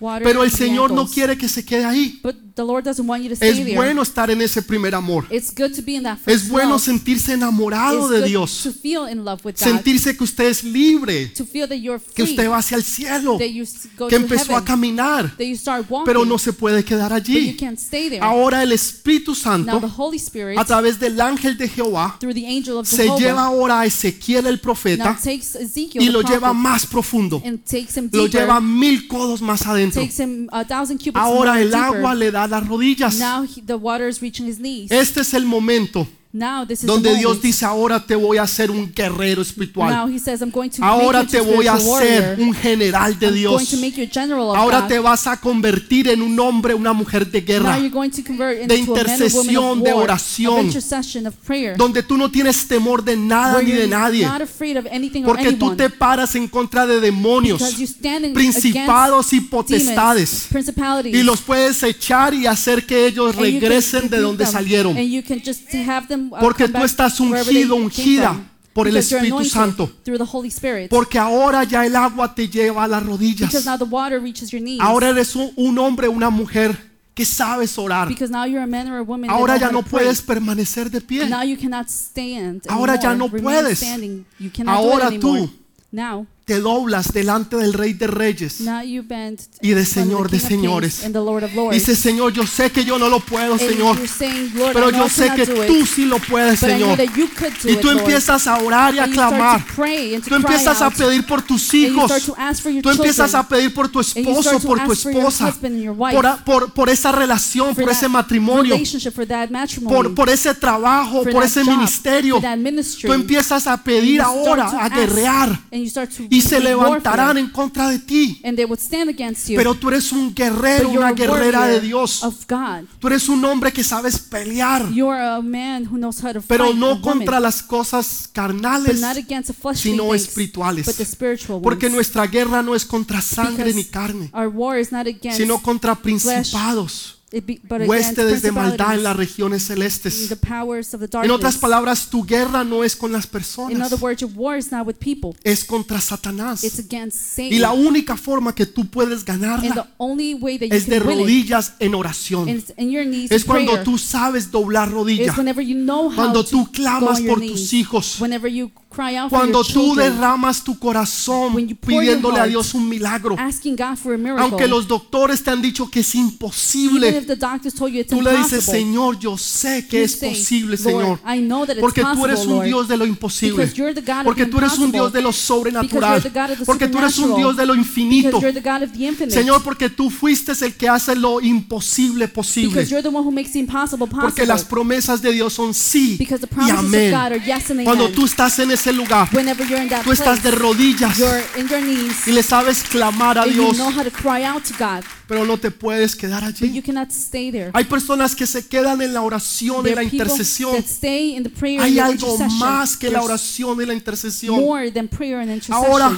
Water
Pero el
to the
Señor no
ankles.
quiere que se quede ahí.
But the Lord doesn't want you to stay
Es
there.
bueno estar en ese primer amor.
It's good to be in that first
Es bueno
love.
sentirse enamorado
It's
de
good
Dios.
to feel in love with God.
Sentirse que usted es libre,
To feel that you're
que
free.
usted va hacia el cielo,
that you s- go
que
to
empezó a
heaven.
caminar,
That you start walking.
pero no se puede quedar
but you
allí.
can't stay there.
Ahora el Espíritu
now the
Santo,
Holy Spirit,
a través del ángel de Jehová,
through the angel of
se
Jehovah,
lleva ahora a Ezequiel el
now
profeta
takes Ezekiel
y
the
lo
prophet,
lleva más profundo.
and takes him
Lo
deeper,
lleva mil codos más adentro.
takes him a thousand cubits
Ahora
more
el
deeper.
agua le da a las rodillas.
now he, the water is reaching his knees.
Este es el momento
now this is the
donde Dios
moment.
dice, ahora te voy a hacer un guerrero
now
espiritual.
he says, I'm going to
Ahora
make you
te
into
voy a
spiritual
hacer
warrior.
un general de
I'm going
Dios.
to make you a general of
Ahora
God.
te vas a convertir en un hombre, una mujer de
Now
guerra,
you're going to convert
de
into a man or woman
intercesión,
of
de
war,
oración,
of intercession, of prayer,
donde tú no tienes temor de nada
where
ni de
you're
nadie,
not afraid of anything or
porque tú
anyone,
te paras en contra de
because you
demonios,
stand in-
principados y
against demons,
potestades,
principalities,
y los puedes echar y hacer que ellos
and you can
regresen de
rebuke
donde
them,
salieron.
and you can just have them, uh,
Porque
come
tú
back
estás
wherever they
ungido,
came
ungida
from,
por el
because you're
Espíritu
anointed
Santo.
through the Holy Spirit,
Porque ahora ya el agua te lleva a las
because
rodillas.
now the water reaches your knees,
Ahora eres un, un hombre, una mujer que sabes orar.
because now you're a man or a woman that
Ahora
know
ya
how
no
to pray.
puedes permanecer de pie.
Now you cannot stand
Ahora ya
anymore,
no
remain
puedes.
standing. You cannot do it
Ahora tú.
anymore. Now
te doblas delante del Rey de Reyes.
Now you bend
Y de
in front
Señor
of
de
the King of Kings
señores.
and the Lord of Lords.
Dice, Señor, yo sé que yo no lo puedo,
And
Señor,
you're saying, "Lord,
pero
I
yo
know I
sé
cannot
que
do it,
tú sí lo puedes,
but I know
Señor.
that you could do
Y
it,
tú
Lord."
empiezas a orar y a
And you start to
clamar.
pray and to
Tú
cry
empiezas a
out.
pedir por tus
And you
hijos.
start to ask for your
Tú empiezas
children.
a pedir por tu
you start
esposo,
to
por tu
ask for your
esposa,
husband and your wife.
por, a- por, por esa relación,
for
por
that
ese matrimonio,
relationship, for that matrimony,
por, por ese trabajo,
for
por
that
ese
job,
ministerio.
for that ministry.
Tú empiezas a
And you
pedir
start
ahora,
to
a
ask,
guerrear,
and you start to
y se
make
levantarán
warfare,
en contra de ti.
and they would stand against you.
Pero tú eres un guerrero,
but you're
una
a
guerrera de
warrior
Dios.
of God.
Tú eres un hombre que sabes pelear,
You are a man who knows how to
pero
fight a
no
woman,
contra las cosas
but
carnales,
not against the fleshly
sino
things,
espirituales.
but the spiritual
porque
ones.
nuestra guerra no es contra sangre
Because
ni carne,
Our war is not against
sino contra principados,
it be- but against
hueste desde maldad en
principalities,
las regiones celestes.
the powers of the
En otras
darkness.
palabras, tu guerra no es con las
In
personas,
other words, your war is not with people.
es contra Satanás.
It's against
Y la
Satan.
única forma que tú puedes
And the
ganarla
only way that you
es de
can win it
rodillas en oración.
is in your knees
Es
in prayer.
cuando tú sabes doblar rodillas.
Is whenever you know how
Cuando
to
tú
go
clamas
on your
por
knees.
tus hijos.
Whenever you cry out
Cuando
for your
tú
children,
derramas tu
When
corazón
you pour your
pidiéndole a
heart,
Dios un milagro.
asking God for a miracle.
Aunque los doctores te han dicho que es
Even
imposible,
if the doctors told you it's
tú le dices,
impossible,
Señor, yo sé que
you
es
say,
posible,
"Lord,
Señor.
I know that it's
Porque tú eres
possible,
un
Lord."
Dios de lo imposible.
Because you're the God of
Porque
the
tú eres un
impossible.
Dios de lo sobrenatural.
Because you're the God of the
Porque tú eres un
supernatural.
Dios de lo infinito.
Because you're the God of the infinite.
Señor, porque tú fuiste el que hace lo imposible posible.
because you're the one who makes the impossible possible.
Porque las promesas de Dios son sí
because
y
the promises of God are
amén.
yes and amen.
Cuando tú estás en ese lugar,
Whenever you're in that
tú estás de
place,
rodillas
you're in your
y
knees
le sabes clamar a
and
Dios,
you know how to cry out to God,
pero no te puedes quedar
but
allí.
you cannot stay there.
Hay personas que se quedan en la oración,
There
en
are
la
people
intercesión.
that stay in the prayer and
Hay
the
algo
intercession.
más que la
There's
oración y la intercesión.
more than prayer and intercession.
Ahora,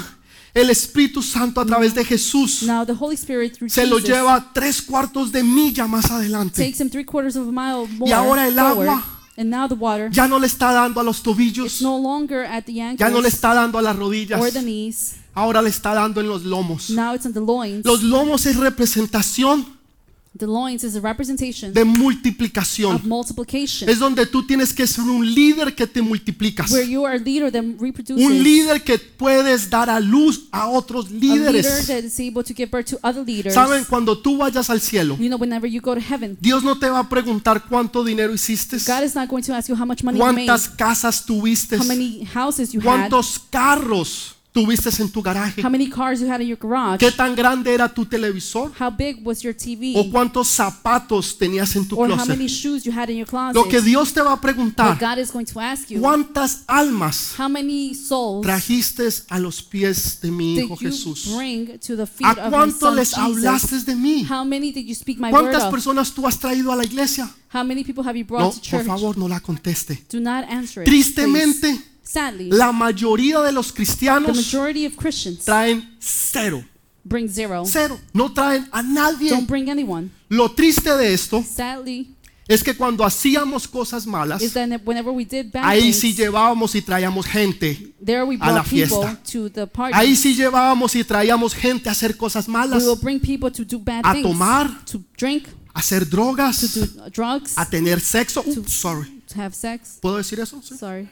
el Espíritu Santo a través de Jesús
now the Holy Spirit through
se lo
Jesus
lleva tres cuartos de milla más adelante.
takes him three quarters of a mile more
ahora el
forward,
agua
and now the water
Ya no le está dando a los
it's
tobillos,
no longer at the
ya
ankles
no le está dando a las rodillas,
or the knees
ahora le está dando en los lomos.
now it's on the loins
Los lomos es representación
the loins is a representation
de multiplicación.
of multiplication
Es donde tú tienes que ser un líder que te multiplicas.
where you are a leader that reproduces
Un líder que puedes dar a luz a otros
a leader
líderes.
that is able to give birth to other leaders
Saben, cuando tú vayas al cielo,
you know whenever you go to heaven
Dios no te va a preguntar cuánto dinero hiciste,
God is not going to ask you how much money you made
cuántas casas tuviste,
how many houses you had
cuántos carros tuviste en tu garaje,
how many cars you had in your garage
qué tan grande era tu televisor
how big was your TV
o cuántos zapatos tenías en tu
or how
closet.
many shoes you had in your closet
Lo que Dios te va a
But
preguntar,
God is going to ask you
¿cuántas almas
how many souls
trajiste a los pies de mi Hijo
did you
Jesús?
bring to the feet
¿A
of my
cuánto
son
les
Jesus?
hablaste de mí?
How many did you speak my word
¿Cuántas
of?
personas tú has traído a la iglesia?
How many people have you
No,
brought to
por
church?
favor, no la conteste.
Do not answer it.
Tristemente,
please. sadly,
La mayoría de los
the
cristianos
majority of Christians
traen cero,
bring zero.
cero. No traen a nadie.
Don't bring anyone.
Lo triste de esto
Sadly,
es que cuando hacíamos cosas malas,
is that whenever we did bad
ahí
things,
sí llevábamos y traíamos gente.
there we
a la
brought people
fiesta.
to the party.
Ahí sí llevábamos y traíamos gente a hacer cosas
we
malas,
will bring people to do bad
A
things,
tomar.
to drink,
a hacer
to
drogas,
do drugs,
a tener sexo. Uh, sorry.
to have sex.
¿Puedo decir eso? ¿Sí?
Sorry,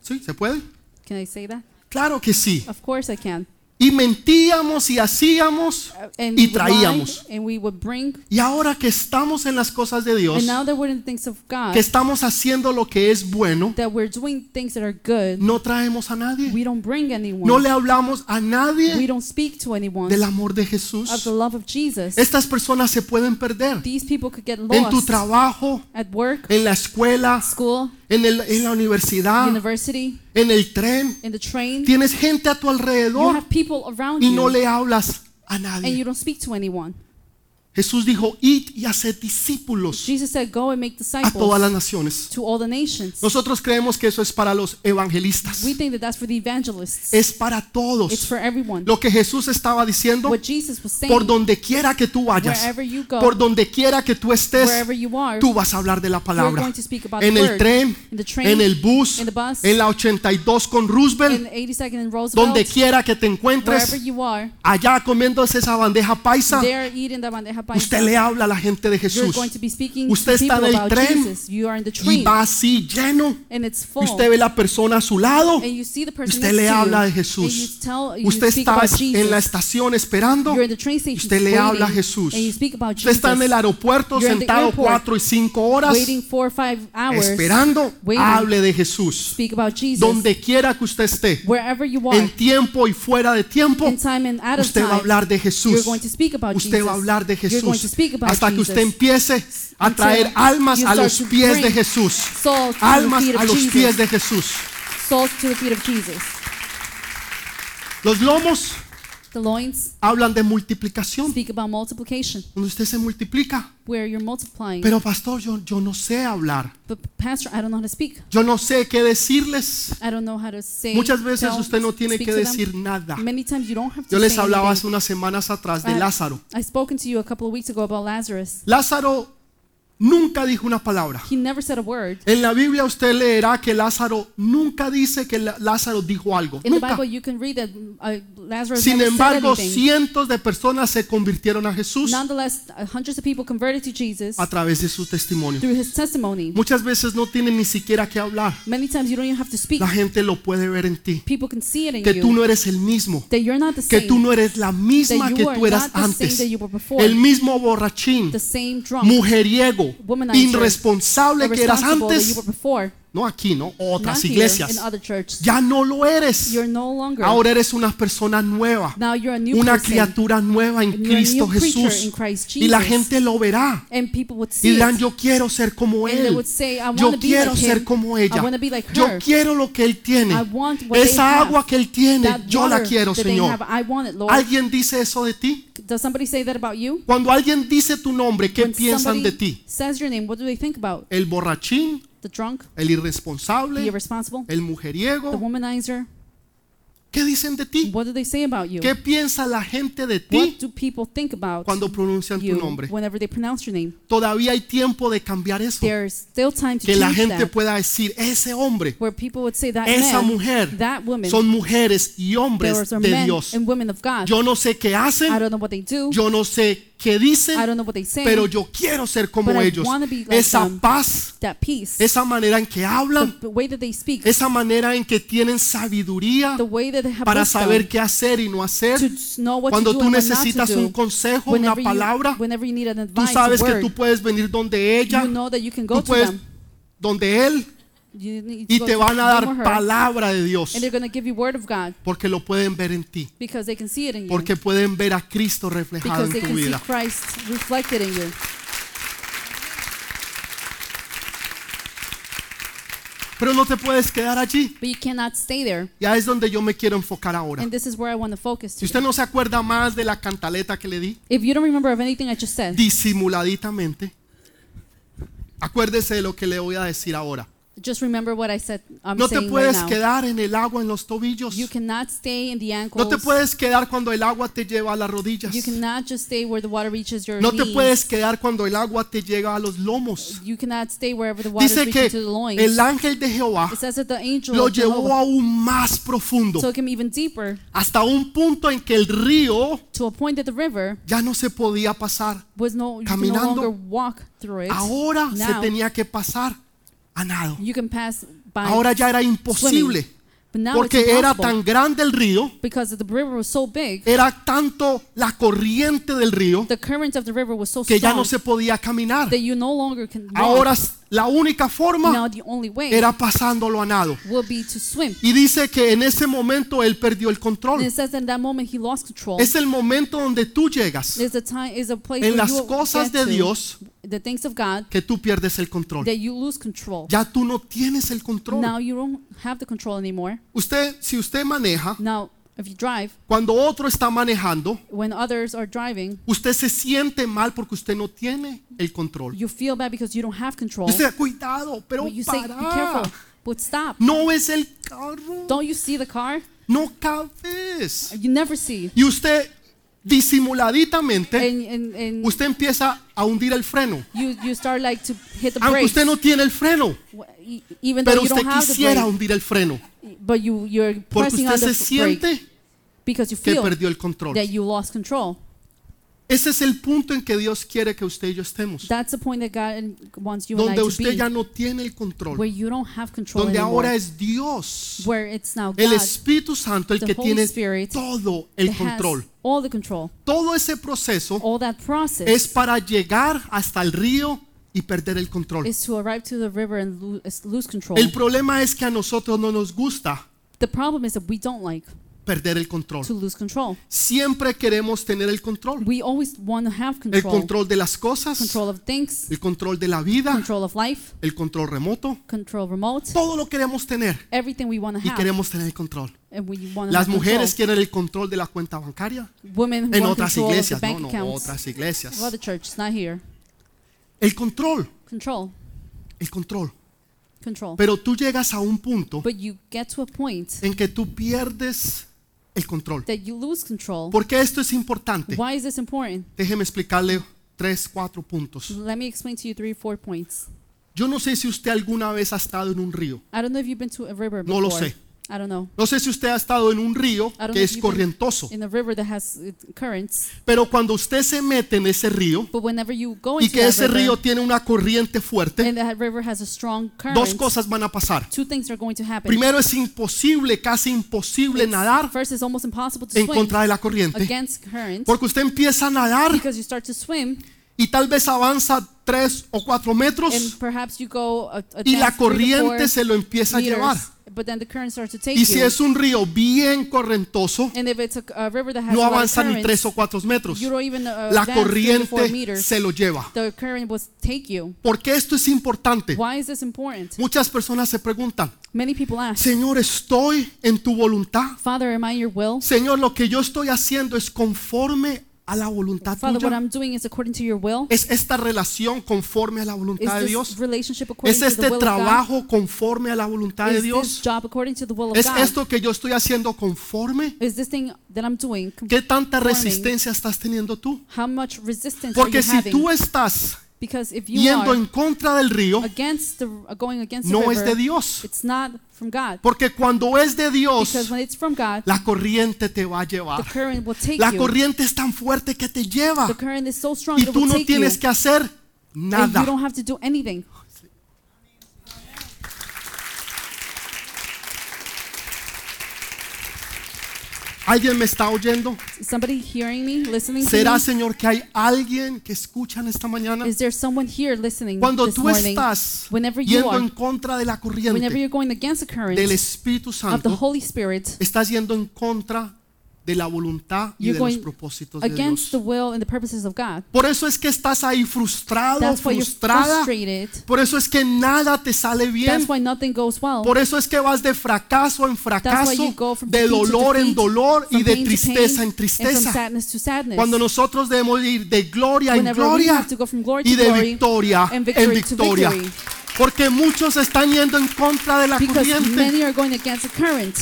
¿Sí? ¿Se puede?
can I say that?
Claro que sí.
Of course I can.
Y mentíamos y hacíamos.
Uh, and
Y
we would lie,
traíamos.
and we would bring
Y ahora que estamos en las cosas de Dios,
and now that we're in things of God
que estamos haciendo lo que es bueno,
that we're doing things that are good
no traemos a nadie.
we don't bring anyone
No le hablamos a
we
nadie
don't speak to anyone
del amor de
of the
Jesús.
love of Jesus
Estas personas se pueden perder
these people could get
en tu
lost
trabajo,
at work
en la escuela,
school
en, el- en la universidad,
university
en el tren.
in the train
Tienes gente a tu
you
alrededor
have people around
y no
you
le hablas a
and
nadie.
you don't speak to anyone
Jesús dijo, id y haced discípulos
Jesus said go and make
a todas
disciples
las naciones.
to all the nations
Nosotros creemos que eso es para los evangelistas.
we think that that's for the evangelists
Es para
it's
todos.
for everyone
Lo que Jesús estaba diciendo,
what Jesus was saying
por donde quiera que tú vayas,
wherever you go
por donde quiera que tú estés,
wherever you are
tú vas a hablar de la
We're
palabra.
going to speak about
En
the
el
word,
tren,
in the train,
en el bus,
in the bus,
en la 82 con
in
Roosevelt,
82nd and Roosevelt,
donde quiera que te
wherever
encuentres,
you are,
allá comiéndose esa bandeja paisa,
they're eating the bandeja by
Usted
God.
le habla a la gente de
You're
Jesús
going to be speaking
Usted
to
está
people
en el
about
tren
Jesus. You are in the
y
train
va así lleno.
and it's
Y
full.
usted ve la persona a su lado.
and you see the person
Usted le
next to you,
habla de
and you
Jesús.
tell, you
Usted
speak
está
about Jesus.
en la estación esperando.
You're in the train station
Usted le
waiting,
habla a Jesús.
and you speak about
Usted está en el
Jesus.
aeropuerto
You're in the
sentado
airport,
cuatro y cinco horas
waiting four or five hours
esperando.
waiting.
Hable de Jesús.
speak about Jesus
Donde quiera que usted esté,
wherever you are
en tiempo y fuera de tiempo,
in time and out of
usted
time
va a hablar de
you're
Jesús.
going to speak about
Usted
Jesus
va a hablar de
you're going
Jesús
to speak about
hasta que
Jesus
usted empiece a
Until
traer almas
you
a
start
los
to
pies de
bring
Jesús.
souls to the
Almas
feet of
a los
Jesus.
pies de Jesús.
souls to the feet of Jesus
Los lomos
the loins
hablan de multiplicación,
speak about multiplication
donde usted se multiplica.
where you're multiplying
Pero pastor, yo, yo no sé hablar.
but pastor I don't know how to speak
Yo no sé qué decirles.
I don't know how to say
Muchas veces
tell,
usted no tiene
speak
que
to them.
decir nada.
many times you don't have to
Yo les
say
hablaba
anything.
hace unas semanas atrás de
I-
Lázaro.
I spoken to you a couple of weeks ago about Lazarus
Lázaro nunca dijo una palabra.
he never said a word
En la Biblia usted leerá que Lázaro nunca dice que la- Lázaro dijo algo.
In the
Nunca.
Bible, you can read that uh, Lazarus
Sin
never said
embargo,
anything.
cientos de personas se convirtieron a Jesús
Nonetheless, uh, hundreds of people converted to Jesus
a través de su testimonio.
through his testimony.
Muchas veces no tienen ni siquiera que hablar.
Many times you don't even have to speak.
La gente lo puede ver en ti.
People can see it in
Que
you
tú no eres el mismo.
that you're not the
Que
same,
tú no eres la misma
That
que
you are
tú eras
not the same
antes.
that you were before.
El mismo borrachín,
the same drunk,
mujeriego,
Womanizer.
irresponsable que eras
irresponsible that you
antes.
were before.
No aquí, no. Otras
not here
iglesias.
in other churches.
Ya no lo eres.
You're no longer.
Ahora eres una persona nueva.
now you're a new
Una
person,
criatura nueva en
and you're a
Cristo
new creature in
Jesús.
Christ Jesus.
Y la gente lo verá.
and people would see
Y dirán,
it.
yo quiero ser como
And they
él.
would say, I
Yo
wanna be
quiero
like him.
ser como ella.
I wanna be like
Yo
her.
quiero lo que él tiene.
I want what they
Esa
have.
agua que él tiene,
That
yo la
water
quiero,
that they have,
Señor.
I want it, Lord.
¿Alguien dice eso de ti?
Does somebody say that about you?
Cuando alguien dice tu nombre, ¿qué
When
piensan de
somebody
ti?
Says your name. What do they think about?
El borrachín,
The drunk,
el
the
irresponsable,
irresponsible,
el
the
mujeriego.
womanizer.
¿Qué dicen de ti?
What do they say about you?
¿Qué piensa la gente de ti
What do people think about
cuando pronuncian tu
you
nombre?
whenever they pronounce your name?
Todavía hay tiempo de cambiar eso.
There's still time to
Que la
change
gente
that.
pueda decir, ese hombre,
Where people would say that
esa
man,
mujer,
that woman,
son mujeres y hombres
those are
de
men
Dios.
and women of God.
Yo no sé qué
I
hacen,
don't know what they do.
yo no sé qué
I
dicen,
don't know what they say.
pero yo quiero ser como
But I
ellos.
wanna be like
Esa
them.
paz,
that peace,
esa manera en que
the,
hablan,
the way that they speak,
esa manera en que tienen sabiduría
the way that they have
para
wisdom
saber qué hacer y no hacer.
to s- know what
Cuando
to do
tú
and what not to
necesitas
do.
un consejo, una
whenever,
palabra,
you, whenever you need an
tú
advice, a
sabes que
word,
tú puedes venir donde ella,
you know that you can go
tú
to
puedes
them.
donde él
You need to
y
go
te
to
van a
him or
dar
her,
palabra de Dios
And they're going to give you word of God
porque lo pueden ver en ti,
because they can see it in you.
porque pueden ver a Cristo reflejado
because they
en tu
can see
vida.
Christ reflected in you.
Pero no te puedes quedar allí.
But you cannot stay there.
Ya es donde yo me quiero enfocar ahora.
And this is where I want to focus
Si
to.
usted no se acuerda más de la cantaleta que le di,
If you don't remember of anything I just said,
disimuladitamente, acuérdese de lo que le voy a decir ahora.
just remember what I said. I'm
No te
saying right
puedes
now.
quedar en el agua en los tobillos.
You cannot stay in the ankles.
No te puedes quedar cuando el agua te lleva a las rodillas.
you cannot just stay where the water reaches your
No te
knees.
puedes quedar cuando el agua te llega a los lomos.
You cannot stay wherever the water
Dice
reaches
que
to the loins.
el ángel de Jehová
it says that the angel
lo
of
llevó
Jehovah
aún más profundo,
took him even deeper
hasta un punto en que el río
to a point that the river
ya no se podía pasar.
was no, you can no
Caminando.
longer walk through it.
Ahora se
now,
tenía que pasar a nado.
you can pass by
Ahora ya era
swimming.
imposible
But now it's
porque era
impossible
tan Eh, grande el río,
because the river was so big,
era tanto la corriente del río
the current of the river was so
que ya
strong
no se podía caminar.
that you no longer can walk.
Ahora la única forma
now the only way
era pasándolo a nado.
will be to swim.
Y dice que en ese momento él perdió el
And
control.
it says that in that moment he lost control.
Es el momento donde tú llegas
There's a time, is a place
en
where
las
you will
cosas
get
de
to
Dios
the things of God
que tú pierdes el control.
that you lose control.
Ya tú no tienes el control.
Now you don't have the control anymore.
Usted, si usted maneja,
Now, if you drive,
cuando otro está manejando,
when others are driving,
usted se siente mal porque usted no tiene el control.
you feel bad because you don't have control.
Usted, cuidado, pero
But you say, be
para.
careful, but stop.
No es el carro.
Don't you see the car?
No cabes.
You never see.
Y usted disimuladitamente,
And, and, and
usted empieza a hundir el freno.
you, you start like to hit the
Aunque
brakes.
usted no tiene el freno,
Wh- e- Even though
pero
you
usted
don't have the
quisiera
brake,
hundir el freno
but you, you're
porque
pressing
usted
on the
se
f- brake
siente
because you
que
feel
perdió el control.
that you lost control.
Ese es el punto en que Dios quiere que usted y yo estemos.
That's the point that God wants you and I
Donde
to
usted ya
be,
no tiene el control.
where you don't have control
Donde ahora
anymore,
es Dios,
where it's now
el
God
Espíritu Santo, el
the
que
Holy
tiene
Spirit,
todo
that
el
has
control.
all the control,
Todo ese proceso
all that process
es para llegar hasta el río y perder el control.
is to arrive to the river and lose, is lose control.
El problema es que a nosotros no nos gusta
the problem is that we don't like
perder el control.
to lose control.
Siempre queremos tener el control.
We always want to have
El
control.
control de las cosas,
Control of things,
el control de la vida,
control of life,
el control remoto.
control remote,
Todo lo queremos tener
everything we want to
y
have.
queremos tener el control.
And we want to
Las
have
mujeres
control.
quieren el control de la cuenta bancaria
Women
en
want
otras
control of the
iglesias, no,
bank
no,
accounts.
otras iglesias.
Well, the church, it's not here.
El control,
Control,
el control.
control.
Pero tú llegas a un punto
But you get to a point
en que tú pierdes el control.
that you lose control.
¿Por qué esto es importante?
Why is this important?
Déjeme explicarle tres, cuatro puntos.
Let me explain to you three, four points.
Yo no sé si usted alguna vez ha estado en un río.
I don't know if you've been to a river
No
before.
lo sé.
I don't know.
No sé si usted ha estado en un río
I don't
que
know
es
if you've been
corrientoso.
In a river that has uh, currents,
Pero cuando usted se mete en ese río
but whenever you go
y
into
que
that
ese
river,
río tiene una corriente fuerte,
and that river has a strong current,
dos cosas van a pasar.
two things are going to happen.
Primero es imposible, casi imposible
It's-
nadar
First, it's almost impossible to
en
swim
contra de la corriente.
against current
Porque usted empieza a nadar
because you start to swim
y tal vez avanza tres o cuatro
and
metros
perhaps you go a, a
y la
dance three to four
corriente se lo empieza a
meters,
llevar.
but then the current starts to take
Y si
you.
es un río bien correntoso,
and if it's a, a river that has
no
a lot of
avanza ni
currents,
tres o cuatro metros.
you don't even uh,
La
advance three to four
corriente
meters.
se lo lleva.
the current will take you.
¿Por qué esto es importante?
Why is this important?
Muchas personas se preguntan,
Many people ask,
Señor, ¿estoy en tu voluntad?
Father, am I your will?
Señor, lo que yo estoy haciendo es conforme a la voluntad
Father, what
tuya.
I'm doing is according to your will.
Es esta relación conforme a la
Is
voluntad de Dios.
this relationship according
Es
to
este
the will of God?
trabajo conforme a la voluntad de
Is this
Dios.
job according to the will of
Es
God?
esto que yo estoy haciendo conforme.
Is this thing that I'm doing?
¿Qué tanta
Conforming.
resistencia estás teniendo tú?
How much resistance are you
Porque si
having?
tú estás
Because if you
yendo
are
en contra del río,
against the uh, going against the
no es
river,
de Dios.
it's not from God.
Porque cuando es de
Because
Dios,
when it's from God,
la corriente te va a
the
llevar.
current will take
La
you.
corriente es tan fuerte que te lleva
The current is so strong
Ah. y
that it
tú
will
no
take you.
tienes que hacer
And you
nada.
don't have to do anything.
¿Alguien me está oyendo?
Is somebody hearing me, listening to
¿Será,
me?
Señor, que hay alguien que escucha en esta mañana?
Is there someone here listening
Cuando
this
tú
morning?
estás
whenever you
yendo
are,
en contra de la
whenever
corriente
you're going against the current
del Espíritu
of the
Santo,
Holy Spirit,
estás yendo en contra de la voluntad y de los
You're going
propósitos de Dios.
against the will and the purposes of God.
Por eso es que estás ahí frustrado,
That's why you're
frustrada.
frustrated.
Por eso es que nada te sale bien.
That's why nothing goes well.
Por eso es que vas de fracaso en
That's why
fracaso,
you go from
de
defeat to
dolor en
defeat,
dolor y
from
de
pain to pain,
tristeza en
and from
tristeza.
sadness to sadness.
Cuando nosotros debemos ir de gloria en
Whenever we
gloria
have to go from glory
y
to
de
glory
victoria en
and victory to
victoria.
victory.
Porque muchos están yendo en contra de la
because
corriente.
many are going against the current.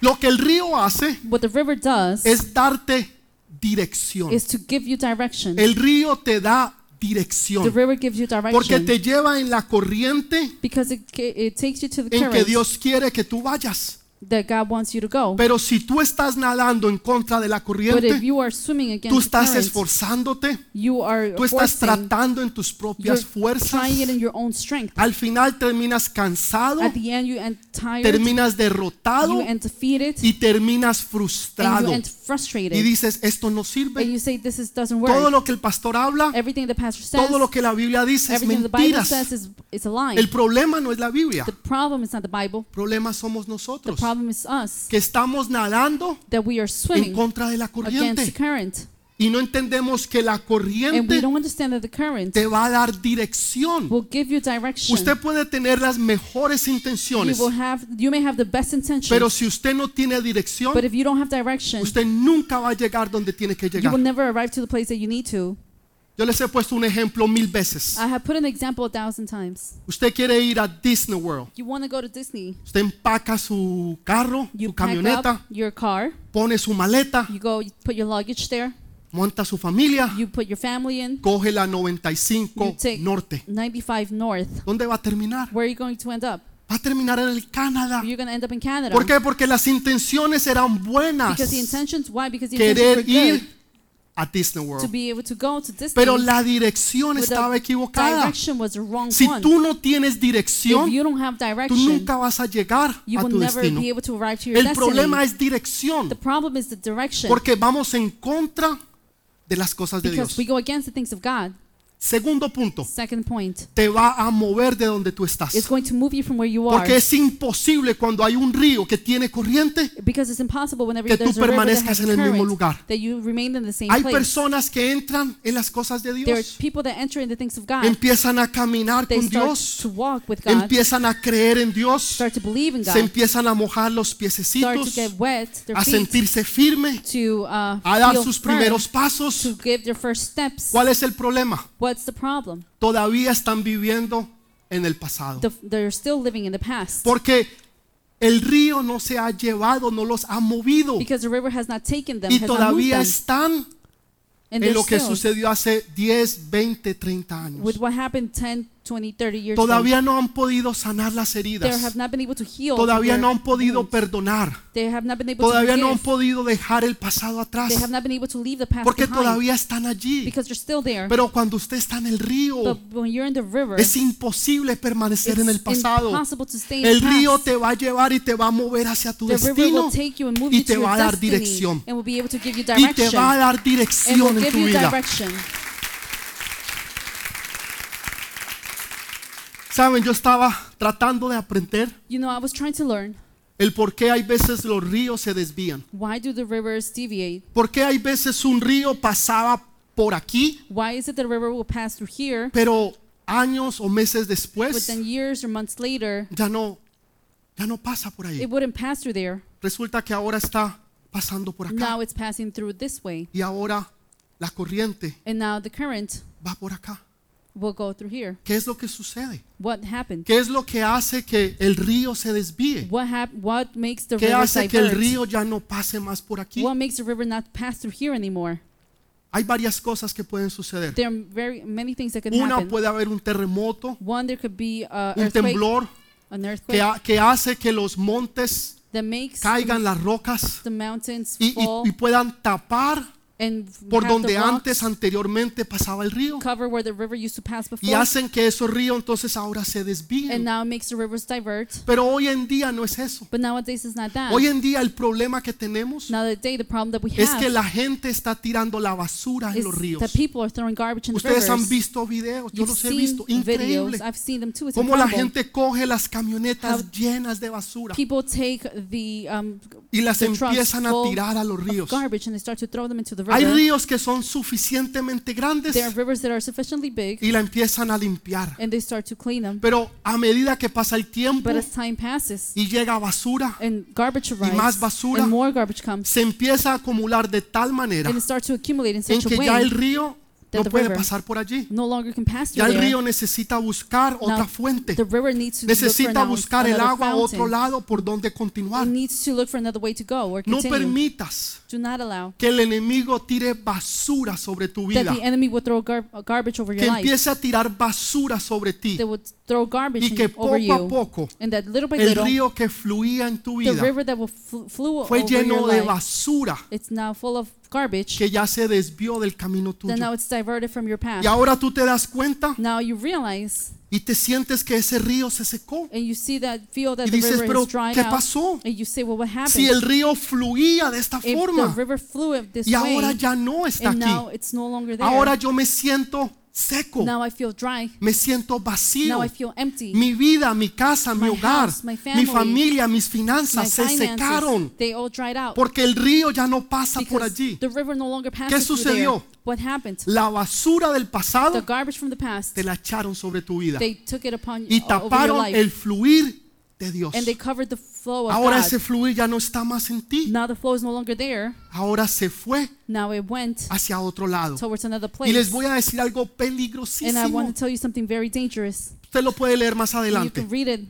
Lo que el río hace
What the river does
es darte dirección.
is to give you direction.
El río te da
the
dirección.
river gives you
Porque
direction
te lleva en la corriente
because it, ca- it takes you to the
en que
current
Dios quiere que tú vayas.
that God wants you to go.
Pero si tú estás nadando en contra de la
But if
corriente,
you are swimming
tú
against the
estás
current,
esforzándote,
you are
tú estás
forcing,
tratando en tus
you're
propias fuerzas.
trying it in your own strength.
Al final terminas cansado,
At the end, you end tired,
terminas derrotado
you end defeated,
y terminas
and
frustrado.
you end frustrated.
Y dices, esto no
and
sirve.
you say this is, doesn't work.
Todo lo que el pastor habla,
everything the pastor says,
todo lo que la Biblia dice es
everything the Bible says
mentiras.
is, is a lie.
El problema no es la Biblia,
the problem is not the Bible.
el problema somos
The
nosotros,
problem is us
que estamos nadando
that we
en
are swimming
contra de la
against
corriente
the current,
y no entendemos que la
and we
corriente
don't understand that the current
te va a dar dirección.
will give you direction.
Usted puede tener las mejores
you
intenciones,
will have, you may have the best intentions,
pero si usted no tiene dirección,
but if you don't have direction,
usted nunca va a llegar donde tiene que
you
llegar.
will never arrive to the place that you need to.
Yo les he puesto un ejemplo mil veces.
I have put an example a thousand times.
Usted quiere ir a Disney World.
You want to go to Disney,
Usted empaca su carro,
you
su
pack up
camioneta,
your car,
pone su maleta,
you go, you put your luggage there,
monta su familia,
you put your family in,
coge la 95
You take-
Norte.
95 North.
¿Dónde va a terminar?
Where are you going to end up?
Va a terminar en el Canadá.
You're going to end up in Canada.
¿Por qué? Porque las intenciones eran buenas.
Because the intentions, why? Because the intentions were
Querer
good.
ir a Disney
to
World.
be able to go to Disney.
Pero la dirección
with the
estaba equivocada.
direction was the wrong
Si
one.
tú no tienes
if
dirección,
you don't have
tú
direction,
nunca vas a llegar
you
a
will
tu
never
destino.
be able to arrive to your
El
destiny.
problema es
the
dirección,
problem is the direction
porque vamos en contra de las cosas de
because
Dios.
we go against the things of God.
Segundo punto,
Second point,
te va a mover de donde tú estás.
it's going to move you from where you are
Porque es imposible cuando hay un río que tiene corriente.
because it's impossible whenever
que tú
there's a river that has
permanezcas en el mismo
current,
lugar.
that you remain in the same
Hay
place.
personas que entran en las cosas de
There are
Dios,
people that enter in the things of God.
empiezan a caminar
They
con
start
Dios,
to walk with God,
empiezan a creer en Dios,
start to believe in
se
God,
empiezan a mojar los
start to
piececitos,
get wet, their
a
feet
sentirse firme,
to uh,
a dar
feel
sus
firm,
primeros
to
pasos.
give their first steps.
¿Cuál es el problema?
What's the problem?
Todavía están viviendo en el pasado.
The, they're still living in the past
Porque el río no se ha llevado, no los ha movido
because the river has not taken them,
y
has not moved
todavía
them,
están en
and they're
lo que
still
sucedió hace 10, 20, 30 años.
with what happened 10, 20, 30 years ago.
Todavía no han podido sanar las
They have
heridas.
not been able to heal.
Todavía
their
no han podido
wounds.
perdonar.
They have not been able
Todavía
to
no han
forgive.
podido dejar el pasado atrás.
They have not been able to leave the past
Porque
behind
todavía están allí.
because they're still there.
Pero cuando usted está en el río,
but when you're in the river,
es imposible permanecer
it's
en el pasado.
impossible to stay in
El
the
río
past.
te va a llevar y te va a mover hacia tu
The river
destino
will take you and move
y
you
te
to your
va a dar
destiny
dirección.
and will be able to give
y
you
te
direction.
va a dar
and will
dirección en
give
tu
you
vida.
direction.
Saben, yo estaba tratando de aprender
You know, I was trying to learn
el por qué hay veces los ríos se desvían.
why do the rivers deviate?
¿Por qué hay veces un río pasaba por aquí
Why is it that the river will pass through here,
pero años o meses
but
después
then years or months later,
ya no ya no pasa por ahí.
it wouldn't pass through there.
Resulta que ahora está pasando por acá
Now it's passing through this way,
y ahora la corriente
and now the current
va por acá.
will go through here.
¿Qué es lo que sucede?
What happened?
¿Qué es lo que hace que el río se desvíe?
What hap- What makes the
¿Qué
river
hace que el
divert?
río ya no pase más por aquí?
What makes the river not pass through here anymore?
Hay varias cosas que pueden suceder.
There are very many things that could
Una
happen.
puede haber un terremoto,
One, there could be a
un
earthquake,
temblor
an
que,
earthquake
ha- que hace que los montes
that makes
caigan las rocas
the mountains
y- y-
fall
y puedan tapar
and
por
have
donde
the
antes
rocks
anteriormente pasaba el río
cover where the river used to pass
y
before,
hacen que esos ríos entonces ahora se
and
desvíen.
now it makes the rivers divert.
Pero hoy en día no es eso.
But nowadays it's not that.
Hoy en día el problema que tenemos
Nowadays the problem that we
es
have
que la gente está tirando la basura en
is
los ríos.
that people are throwing garbage in the
Ustedes
rivers.
han visto videos, yo
You've
los he
seen
visto, increíble.
videos. I've seen them too. It's
Cómo la
incredible.
gente coge las camionetas
How
llenas de basura
people take the um,
y las
the trucks
empiezan a
full
tirar a los
of
ríos.
garbage and they start to throw them into the
Hay
river.
ríos que son suficientemente grandes
There are rivers that are sufficiently big
y la empiezan a limpiar.
and they start to clean them.
Pero a medida que pasa el tiempo
But as time passes
y llega basura,
and garbage arrives
más basura.
and more garbage comes
se empieza a acumular de tal manera
and it starts to accumulate in
en
such a
que ya el
way
río
that
no
the
puede
river
pasar por allí.
no longer can pass through
Ya el
there.
río necesita buscar otra
Now,
fuente.
The river needs to look for
Necesita
now
buscar el
another
agua a otro
fountain.
lado por donde
It
continuar.
needs to look for another way to go or
No
continue.
permitas
Do not allow
que el enemigo tire basura sobre tu
that
vida,
the enemy will throw gar- uh, garbage over
que
your life.
empiece a tirar basura sobre ti
They will throw garbage
y que
in- over
poco a
you.
poco
and that little by
el
little,
río que fluía en tu
the
vida
river that will fl- flew
fue
over your
lleno de
life,
basura
it's now full of garbage.
que ya se desvió del camino
Then now
tuyo.
it's diverted from your path.
Y ahora tú te das cuenta
Now you realize
y te sientes que ese río se secó.
and you see that feel that
Y
the
dices,
river
pero
is dried
¿qué
out.
pasó?
And you say, well, what happened?
Si el río fluía de esta
if
forma
the river flew it this
y ahora
way,
ya no está
and
aquí.
now it's no longer there.
Ahora yo me siento seco,
now I feel dry.
me siento vacío.
Now I feel empty.
Mi vida, mi casa, mi
My
hogar,
house, my
mi
family,
familia, mis
My
finanzas se
finances,
secaron
They all dried out.
porque el río ya no pasa por
because
allí.
The river no longer
¿Qué
passes through there.
sucedió?
What happened?
La basura del
The
pasado
garbage from the past.
te la echaron sobre tu vida
They took it upon
y
o- over your
taparon
life.
el fluir de Dios.
and they covered the flow of
Ahora
God.
ese fluir ya no está más en ti.
Now the flow is no longer there.
Ahora se fue
Now it went
hacia otro lado.
towards another
Y les
place.
voy a decir algo
And I want
peligrosísimo.
to tell you something very dangerous.
Usted lo puede leer más
And You can
adelante.
read it.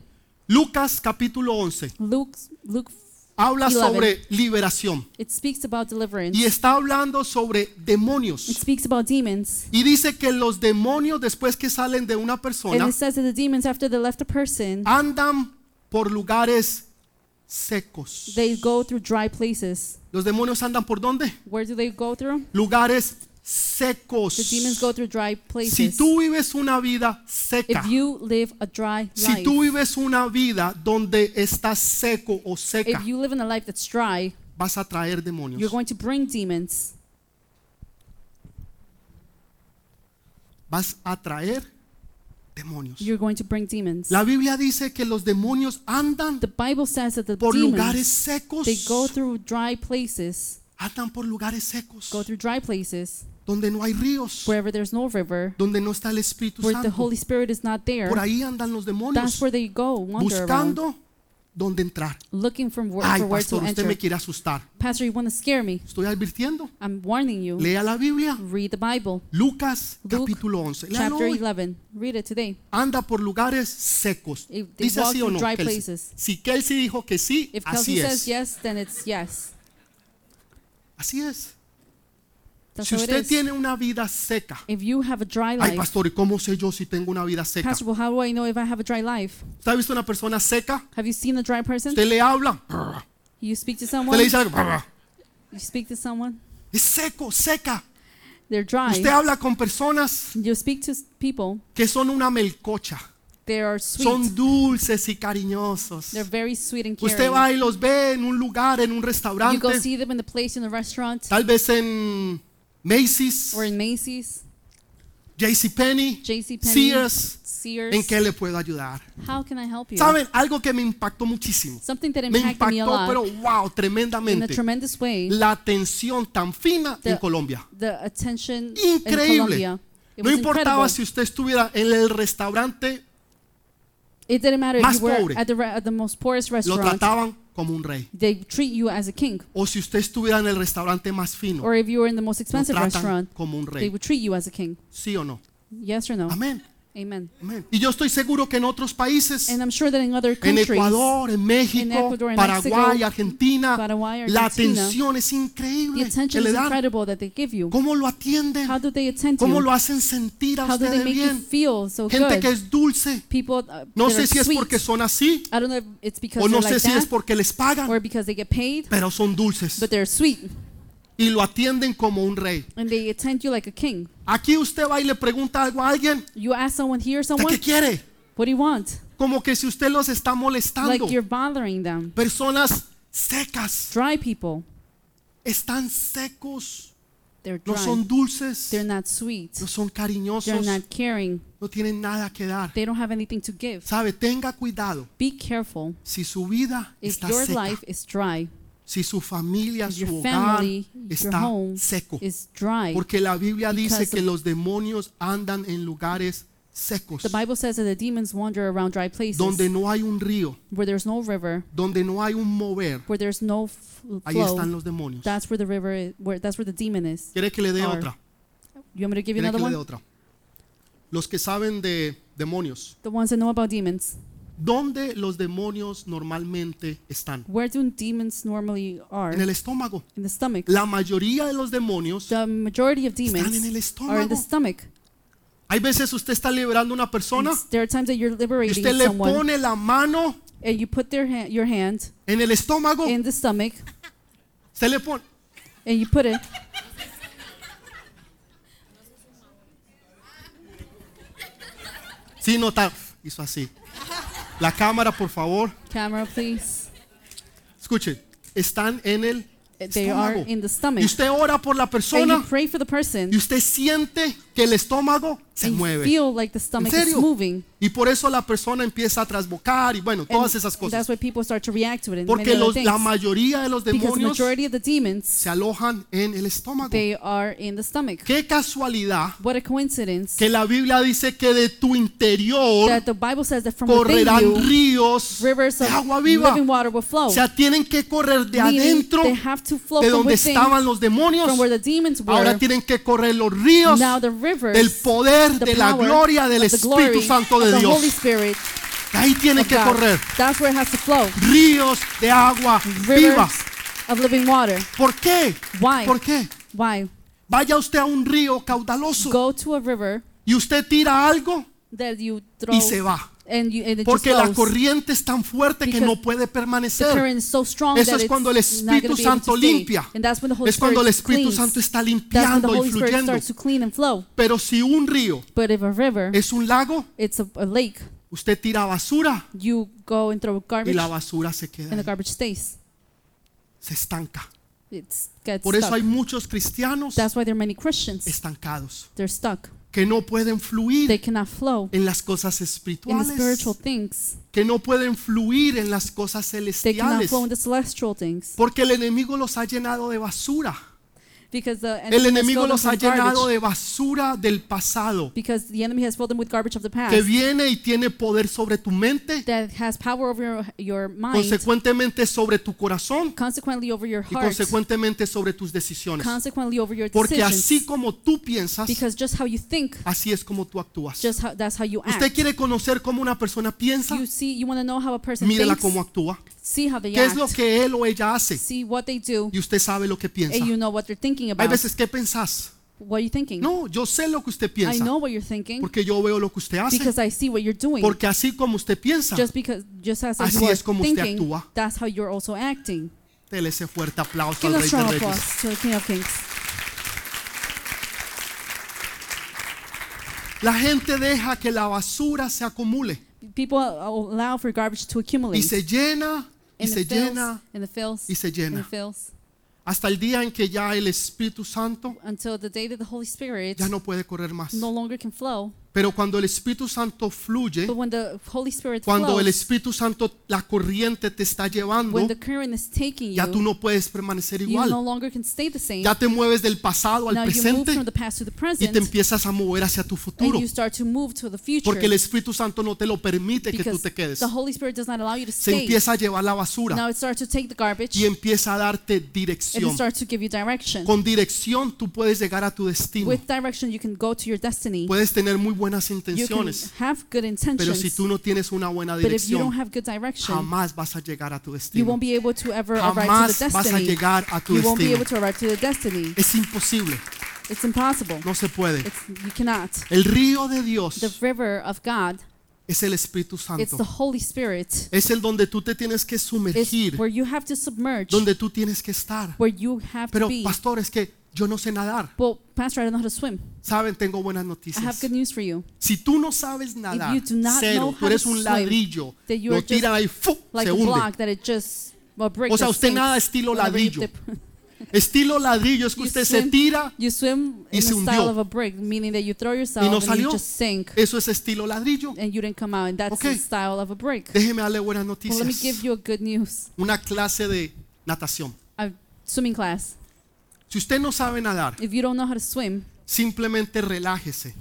Lucas capítulo 11
Luke, Luke,
habla
11.
sobre liberación
it speaks about deliverance.
y está hablando sobre
It
demonios.
speaks about demons.
Y dice que los demonios después que salen de una
And
persona
it says that the demons, after they left a person,
andan por lugares secos.
They go through dry places.
Los demonios andan por dónde?
Where do they go through?
Lugares
The
secos.
demons go through dry places.
Si tú vives una vida seca,
if you live a dry
si
life,
tú vives una vida donde estás seco o seca,
if you live in a life that's dry,
vas a traer
you're
demonios.
going to bring demons.
Vas a traer demonios.
You're going to bring demons.
La Biblia dice que los demonios andan
the Bible says that the
por lugares
demons
secos.
they go through dry places,
Andan por lugares secos
go through dry places
donde no hay ríos,
wherever there's no river,
donde no está el Espíritu
where the
Santo.
Holy Spirit is not there.
Por ahí andan los
That's
demonios
where they go, wander around,
buscando dónde entrar.
looking from where,
Ay,
for where to
pastor, usted
enter.
me quiere asustar.
Pastor, you want to scare me?
Estoy advirtiendo.
I'm warning you.
Lea la Biblia.
Read the Bible,
Lucas
Luke,
capítulo 11. Léalo
chapter
hoy.
11. Read it today.
Anda por lugares secos.
If they
Dice
walk
así o
in
no.
dry
Kelsey?
places.
Si Kelsey dijo que sí,
If Kelsey
así
says
es.
yes, then it's yes.
Así es.
That's
Si
how it
usted
is.
tiene una vida seca.
if you have a dry
Ay,
life,
pastor, ¿y cómo sé yo si tengo una vida seca?
Pastor, well, how do I know if I have a dry life?
¿Usted ha visto una persona seca?
Have you seen a dry person?
Usted le habla.
You speak to
Usted
someone.
le dice algo.
You speak to someone.
Es seco, seca.
They're
Usted
dry.
habla con personas
You speak to s- people.
que son una melcocha.
They are sweet.
Son dulces y cariñosos.
They're very sweet and
Usted
caring.
va y los ve en un lugar, en un
you go
restaurante,
see them in the place in the restaurant
tal vez en Macy's,
or in Macy's,
JCPenney,
JC Penney,
Sears.
Sears.
¿En qué le puedo ayudar?
How can I help you?
¿Saben? Algo que me impactó muchísimo.
Something that
Me
impacted me a
impactó,
lot
pero wow,
in a
tremendamente.
tremendous way.
La atención tan fina en
The-
Colombia.
the attention
Increíble.
in Colombia. It
No
was incredible.
importaba si usted estuviera en el restaurante,
It didn't matter if
más
you were
pobre.
at the re- at the most poorest
lo
restaurant.
trataban como un rey.
They treat you as a king,
O si usted estuviera en el restaurante más fino,
or if you were in the most
lo
expensive
tratan
restaurant,
como un
they
rey.
would treat you as a king.
¿Sí o no?
Yes or no?
Amén.
Amen.
Amén. Y yo estoy seguro que en otros países,
And I'm sure that in other
en
countries,
Ecuador, en México,
Ecuador, en
Paraguay,
México,
Argentina,
Paraguay,
la
Argentina,
atención es
the
increíble Mm. que
attention
le
is
dan.
incredible that they give you.
¿Cómo lo atienden?
How do they attend
¿Cómo
you?
lo hacen sentir a
How do
usted
they
de
make you
bien?
feel so
Gente
good?
que es dulce.
People uh,
No
that
sé
are
si es
sweet.
porque son así
I don't know if it's because
o no
they're
sé
like
si es
that
porque les pagan,
or because they get paid,
pero son dulces
but they're sweet
y lo atienden como un rey.
and they attend you like a king.
Aquí usted va y le pregunta algo a alguien,
You ask someone here,
¿usted
someone,
qué quiere?
what do you want?
Como que si usted los está molestando.
Like you're bothering them.
Personas secas,
Dry people,
están secos,
they're dry.
no son dulces,
They're not sweet.
no son
They're
cariñosos,
not caring.
no tienen nada que dar.
They don't have anything to give.
Sabe, tenga cuidado
Be careful.
si su vida
If
está
your
seca.
life is dry,
si su familia,
if your
su hogar
family, your
está
home
seco.
is dry,
Porque la Biblia dice
Because
que
of-
los demonios andan en lugares secos,
the Bible says that the demons wander around dry places
donde no hay un río,
where there's no river,
donde no hay un mover.
where there's no f-
Ahí están
flow.
los demonios.
That's where the river is, where that's where the demon is.
¿Quiere que le dé
are.
otra?
You want me to give you
¿Quiere que
another
le dé
one?
otra? Los que saben de demonios,
The ones that know about demons.
¿dónde los demonios normalmente están?
Where do demons normally are?
En el estómago.
In the stomach.
La mayoría de los demonios,
The majority of
Están en el
demons are in the
estómago.
stomach.
hay veces usted está liberando a una persona
It's- There are times that you're
y
liberating
usted le
someone
pone la mano
and you put their hand, your hand
en el estómago,
in the stomach
usted le pone,
and you put it.
Sí, no está. Hizo así. La cámara, por favor.
Camera, please.
Escuchen. Están en el
They are
estómago.
in the
Y
stomach.
usted ora por la
And you
persona
pray for the
y
person
usted siente que el estómago se
and you
mueve.
feel like the
¿En
stomach is
serio?
moving.
Y por eso la persona empieza a trasbocar y bueno,
And
todas esas cosas.
That's why people start to react to it and
Porque
many other
los- la
things.
mayoría de los
Because the
demonios
majority of the demons,
se alojan en el estómago.
they are in the stomach.
Qué casualidad
What a coincidence
que la Biblia dice que de tu interior
that the Bible says that from within
correrán
you,
ríos
rivers
de
of
agua viva.
living water will flow.
O sea, tienen que correr de
Meaning
adentro
they have to flow
de
from
donde
within,
estaban los demonios.
from where the demons
Ahora
were.
tienen que correr los ríos
Now the
del
rivers,
poder,
the
de la
power
gloria, del
of the glory
Espíritu Santo
of
de
the Holy
Dios.
Spirit
De ahí tienen
of
que
God.
correr
That's where it has to flow.
ríos de agua viva.
Rivers of living water.
¿Por qué?
Why?
¿Por qué?
Why?
Vaya usted a un río caudaloso
Go to a river
y usted tira algo
that you throw
y se va.
and, you, and it just
Porque la
flows.
corriente es tan fuerte que
Because
no puede
The
permanecer.
current is so strong
Eso
that
es
it's
cuando el
not gonna
Espíritu
be able
Santo
to stay.
limpia.
And that's when the Holy
Es cuando el
Spirit
Espíritu
cleans.
Santo está
That's when the
limpiando y
Holy Spirit
fluyendo.
starts to clean and flow.
Pero si un río
But if a river,
es un lago,
it's a, a lake,
usted tira basura
you go and throw
y
garbage,
la basura se
and
queda,
the
ahí,
garbage stays.
se estanca.
It gets
Por eso
stuck.
hay muchos cristianos
That's why there are many Christians.
estancados
They're stuck.
que no pueden
They
fluir
cannot flow
en las cosas
in the
espirituales,
spiritual things.
que no pueden fluir en las cosas
They cannot
celestiales,
flow in the celestial things
porque el enemigo los ha llenado de basura.
because the
El
enemy has
enemigo
filled them
los ha
with
llenado
garbage.
de basura del pasado,
Because the enemy has filled them with garbage of the
que
past
viene y tiene poder sobre tu mente,
that has power over your, your mind,
consecuentemente sobre tu corazón
consequently over your
y
heart,
consecuentemente sobre tus decisiones.
consequently over your
Porque así
decisions.
como tú piensas,
Because just how you think,
así es como tú actúas.
just how, that's how you
Usted
act.
quiere conocer cómo una persona piensa,
You see, you want to know how a person
mírela
thinks.
cómo actúa.
See how they
¿Qué es lo
act.
que él o ella hace?
See what they do,
Y usted sabe lo que piensa.
and you know what they're thinking
Hay
about.
veces que pensás,
What are you thinking?
no, yo sé lo que usted
I
piensa,
know what you're thinking
porque yo veo lo que usted hace.
because I see what you're doing.
Porque así como usted piensa,
Just because, just as
Así
you are
es como usted
thinking,
actúa.
that's how you're also acting.
Dele ese fuerte aplauso
Give
al
a
Rey de
strong
Reyes.
applause to the King of Kings.
La gente deja que la basura se acumule
People allow for garbage to
y
accumulate.
se llena y
and
se
it fills,
llena
and it fills,
y se
and it
llena
fills,
hasta el día en que ya el Espíritu Santo
until the day that the Holy Spirit
ya no puede correr más.
no longer can flow.
Pero cuando el Espíritu Santo fluye,
But when the Holy Spirit
cuando el
flows,
Espíritu Santo, la corriente te está llevando,
when the current is taking you,
ya tú no puedes permanecer
you no
igual.
longer can stay the same.
Ya te mueves del pasado al
now you move
presente
from the past to the
y
present,
te empiezas a mover hacia tu futuro,
and you start to move to the future.
porque el Espíritu Santo no te lo permite que tú
because
te quedes.
the Holy Spirit does not allow you to
Se
stay.
empieza a llevar la basura
Now it starts to take the garbage,
y empieza a darte
and it
dirección.
starts to give you direction.
Con dirección tú puedes llegar a tu destino.
With direction, you can go to your destiny.
Puedes tener muy buenas
You can
intenciones,
have good
pero
intentions,
si tú no tienes una buena
but if you don't
dirección,
have good direction,
jamás vas a llegar a tu
You
destino.
won't be able to ever arrive to
Jamás
the
vas a
destiny.
llegar a tu
You won't be
destino.
able to arrive to the destiny.
Es imposible,
It's impossible.
no se puede.
It's, you cannot.
El río de
The
Dios
river of God,
es el Espíritu
it's the
Santo.
Holy Spirit.
Es el donde tú te tienes que
It's
sumergir,
where you have to submerge,
donde tú tienes que estar.
where you have to
Pero
be.
pastor, es que yo no sé nadar.
Well, Pastor, I don't know how to swim.
Saben, tengo buenas
I have
noticias.
good news for you.
Si tú no sabes nadar,
you do not know
cero,
how
tú eres
to
un
swim,
ladrillo,
that you
lo
are just
tiran ahí, ¡fu! se
Like a
hunde.
block that it just well, brick
O sea,
that
usted
sinks
nada estilo
whenever you
ladrillo.
dip.
Estilo ladrillo es que
You
usted se
swim.
tira,
You swim
Y
in
se
the style
hundió.
of a brick, meaning that you throw yourself
no
and
salió. Eh,
you just sink
eso es estilo ladrillo.
and you didn't come out, and that's
Okay.
the style of a brick.
Déjeme darle buenas
Well, let me give
noticias.
you a good news.
Una clase de natación.
A swimming class.
Si usted no sabe nadar,
If you don't know how to swim,
simplemente relájese.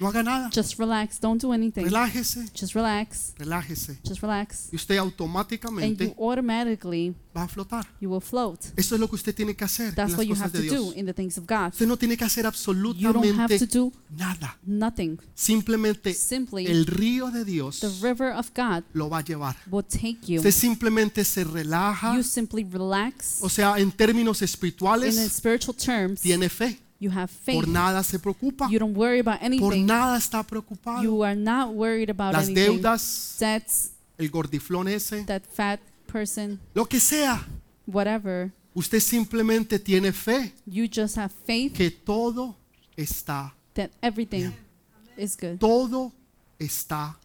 No haga nada.
just relax. Don't do anything.
Relájese,
Just relax.
relájese.
Just relax.
Y usted
And you
automáticamente
automatically
va a flotar.
you will float.
Eso es lo que usted tiene que hacer en
That's
las
what you
cosas
have
de
to do
Dios.
in the things of God.
Usted no tiene que hacer
You don't have to
absolutamente
do
nada.
nothing.
Simplemente
Simply
el río de Dios
the river of God
lo va a llevar.
will take you.
Usted simplemente se relaja.
You simply relax.
O sea, en términos
In the
espirituales,
spiritual terms,
tiene fe.
you have
Por
faith.
nada se preocupa.
You don't worry about
Por
anything.
nada está preocupado.
You are not worried about
Las
anything.
deudas,
Debts,
el gordiflón ese,
that fat person,
lo que sea.
whatever.
Usted simplemente tiene fe
You just have faith
que todo está,
that everything is good.
todo está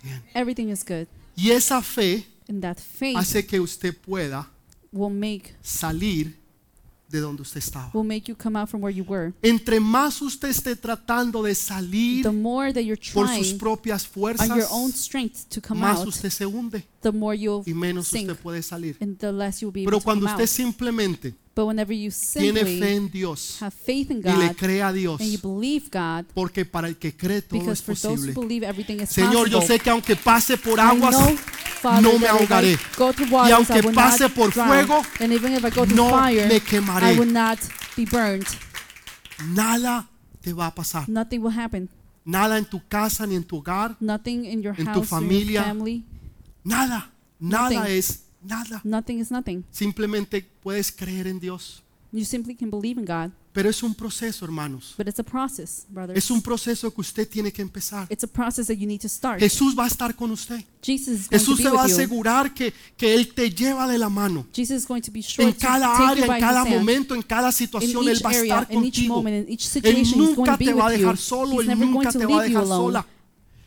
bien.
Everything is good.
Y esa fe
And that faith
hace que usted pueda
will make
salir de donde usted estaba.
will make you come out from where you were.
Entre más usted esté tratando de salir
The more that you're
por sus
trying
propias fuerzas,
on your own strength to come
más
out,
usted se hunde
the more you'll
y menos usted
sink
puede salir.
and the less you'll be
Pero
able to
cuando
come
usted
out.
simplemente
But whenever you
tiene fe
simply
en Dios
have faith in
y le
God
cree a Dios,
and you believe God,
porque para el que cree todo
because
es
for those who
posible.
believe everything is
Señor, yo sé
possible.
que aunque pase por
I
aguas,
know, Father,
no me
that if I
ahogaré.
go through
Y
waters,
aunque
I will not
pase por
drown.
fuego,
and even if I go through
no
fire,
me quemaré.
I will not be burned.
nada te va a pasar.
Nothing will happen.
Nada en tu casa ni en tu hogar,
Nothing in your
En tu
house, or
familia.
your family,
nada, nada
Nothing.
es nada.
nothing is nothing.
Simplemente puedes creer en Dios
You simply can believe in God
Pero es un proceso, hermanos.
But it's a process, brothers.
Es un proceso que usted tiene que empezar.
It's a process that you need to start.
Jesús va a estar con usted.
Jesus is going
Jesús
to
se
be
va a
with you.
asegurar que, que Él te lleva de la mano.
Jesus is going to be sure
En
to
cada
take you
área,
by
en cada
his hand.
momento, en cada
in
situación, Él
each
va a
area,
estar
in each
contigo.
moment, in each
Él
situation, he's going
nunca
to be
te va a
with you.
dejar solo,
he's
Él
never going
nunca
to
te va a
leave you
dejar
alone.
sola.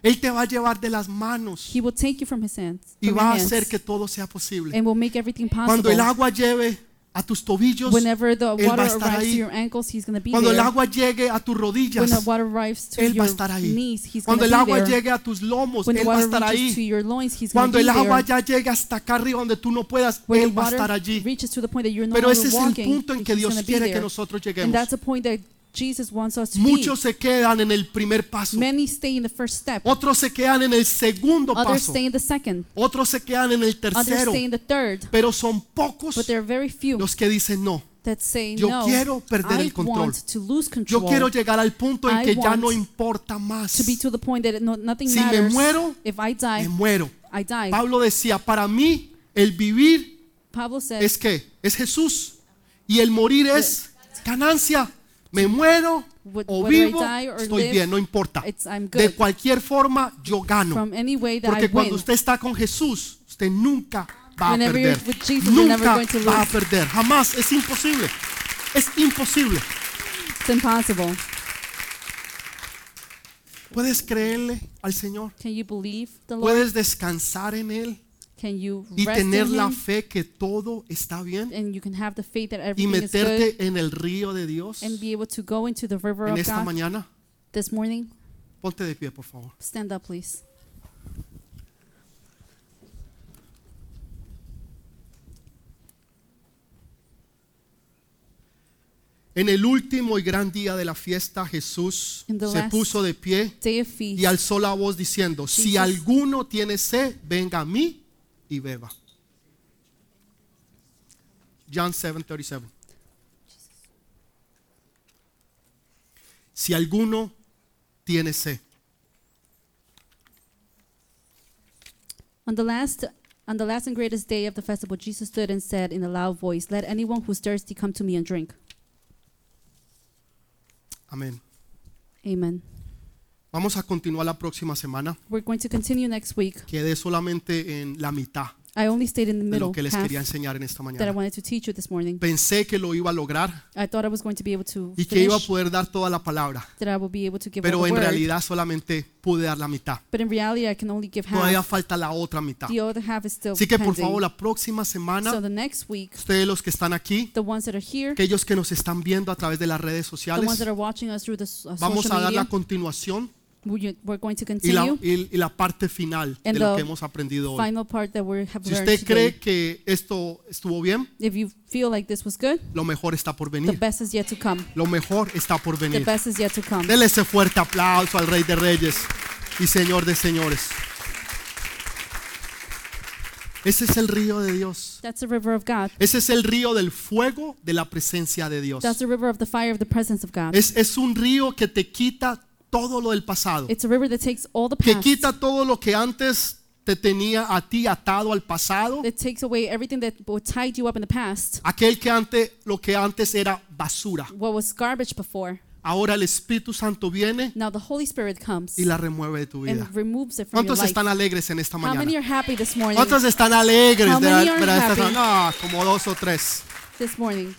Él te va a llevar de las manos
He will take you from his hands,
y
from
va a
your hands,
hacer que todo sea posible.
and will make everything
Cuando
possible.
el agua lleve a tus tobillos,
Whenever the
Él va
water
a estar
arrives to
ahí.
your ankles, he's going to be
Cuando el
there.
agua llegue a tus
when the
rodillas,
water arrives to
Él va
your
a estar ahí.
knees, he's going
Cuando
to
el
be
agua
there.
llegue a tus lomos,
when the
Él va a
water
estar
reaches to
ahí.
your loins, he's going
Cuando
to be
el
there.
agua ya llegue hasta acá arriba donde tú no puedas,
when the
Él va a
water
estar allí.
reaches to the point that you're no
Pero
longer
ese es el
walking,
punto en que
he's
Dios
gonna be
quiere que
there.
nosotros
And
lleguemos.
that's a point that Jesus wants us to
Muchos se quedan en el primer paso,
be. Many stay in the first step.
otros se quedan en el segundo
Others
paso,
stay in the second.
otros se quedan en el
Others
tercero,
stay in the third.
pero son pocos
But there are very few
los que dicen no.
that say,
yo
no,
quiero perder
I
el control.
want to lose
Yo
control.
quiero llegar al punto en
I
que ya
want
no importa más.
to be to the point that it no, nothing
Si me
matters.
muero,
if I
Me
die,
muero.
I die.
Pablo decía, para mí el vivir
Pablo said,
es que es Jesús y el morir es ganancia. Me muero
Wh-
o
whether I
vivo,
die or
estoy
live,
bien, no importa.
it's- I'm good.
De cualquier forma, yo gano.
from any way that I
Porque
win.
cuando usted está con Jesús, usted nunca va a
Whenever
perder.
you're with Jesus, you're never
Nunca
going to
va a
lose.
perder. Jamás. Es imposible. Es imposible.
It's impossible.
¿Puedes creerle al Señor?
Can you believe the Lord?
¿Puedes descansar en Él?
Can you
y
rest in
tener la
Him?
fe que todo está bien
And you can have the faith that
y
everything is good
meterte en el río de Dios
and
en
be able to go into the river of
esta
God
mañana.
this morning.
Ponte de pie, por favor.
Stand up, please.
En el último y gran día de la fiesta, Jesús
In the
se
last-
puso de pie
Day of
y
feast.
alzó la voz diciendo, si
Jesus.
alguno tiene sed, venga a mí y beba. John 7:37. Si alguno tiene sed.
On the last on the last and greatest day of the festival, Jesus stood and said in a loud voice, Let anyone who's thirsty come to me and drink.
Amén.
Amen.
Vamos a continuar la próxima semana.
We're going to continue next week.
quedé solamente en la mitad
I only stayed in
de
the middle
lo que les
half
quería enseñar en esta
that I
mañana.
wanted to teach you this morning.
Pensé que lo iba a lograr
I thought I was going to be able to
y que iba a
finish,
poder dar toda la palabra,
that I will be able to give all
pero
the
en
word.
realidad solamente pude dar la mitad.
But in reality, I can only give half.
Todavía falta la otra mitad.
The other half is still
Así que por
pending.
favor, la próxima
so
semana,
the next week,
ustedes los que están aquí,
the ones that are here,
aquellos que nos están viendo a través de las redes
the ones that
sociales,
are watching us through the s- uh,
vamos
social
a dar
media,
la continuación
we, we're going to
y la,
continue
y- y la parte final de
And
lo
the
que hemos aprendido hoy.
final part that we have
Si
learned
usted cree
today.
que esto estuvo bien,
If you feel like this was good,
lo mejor está por
the
venir.
best is yet to come.
Lo mejor está por
The
venir.
best is yet to come.
Dele ese fuerte aplauso al Rey de Reyes y Señor de Señores. Ese es el río de Dios.
That's the river of God.
Ese es el río del fuego de la presencia de Dios.
That's the river of the fire of the presence of God.
Es, es un río que te quita todo lo del pasado.
It's a river that takes all the
Que
past.
quita todo lo que antes te tenía a ti atado al pasado.
It takes away everything that would tied you up in the past.
Aquel que antes, lo que antes era basura.
What was garbage before.
Ahora el Espíritu Santo viene
Now the Holy Spirit comes
y la remueve de tu vida.
and removes it from your
¿Cuántos
life.
están alegres en esta
How
mañana?
many are happy this morning?
¿Cuántos están alegres
How
de
many are
ver esta
happy?
No, como dos o tres.
This morning.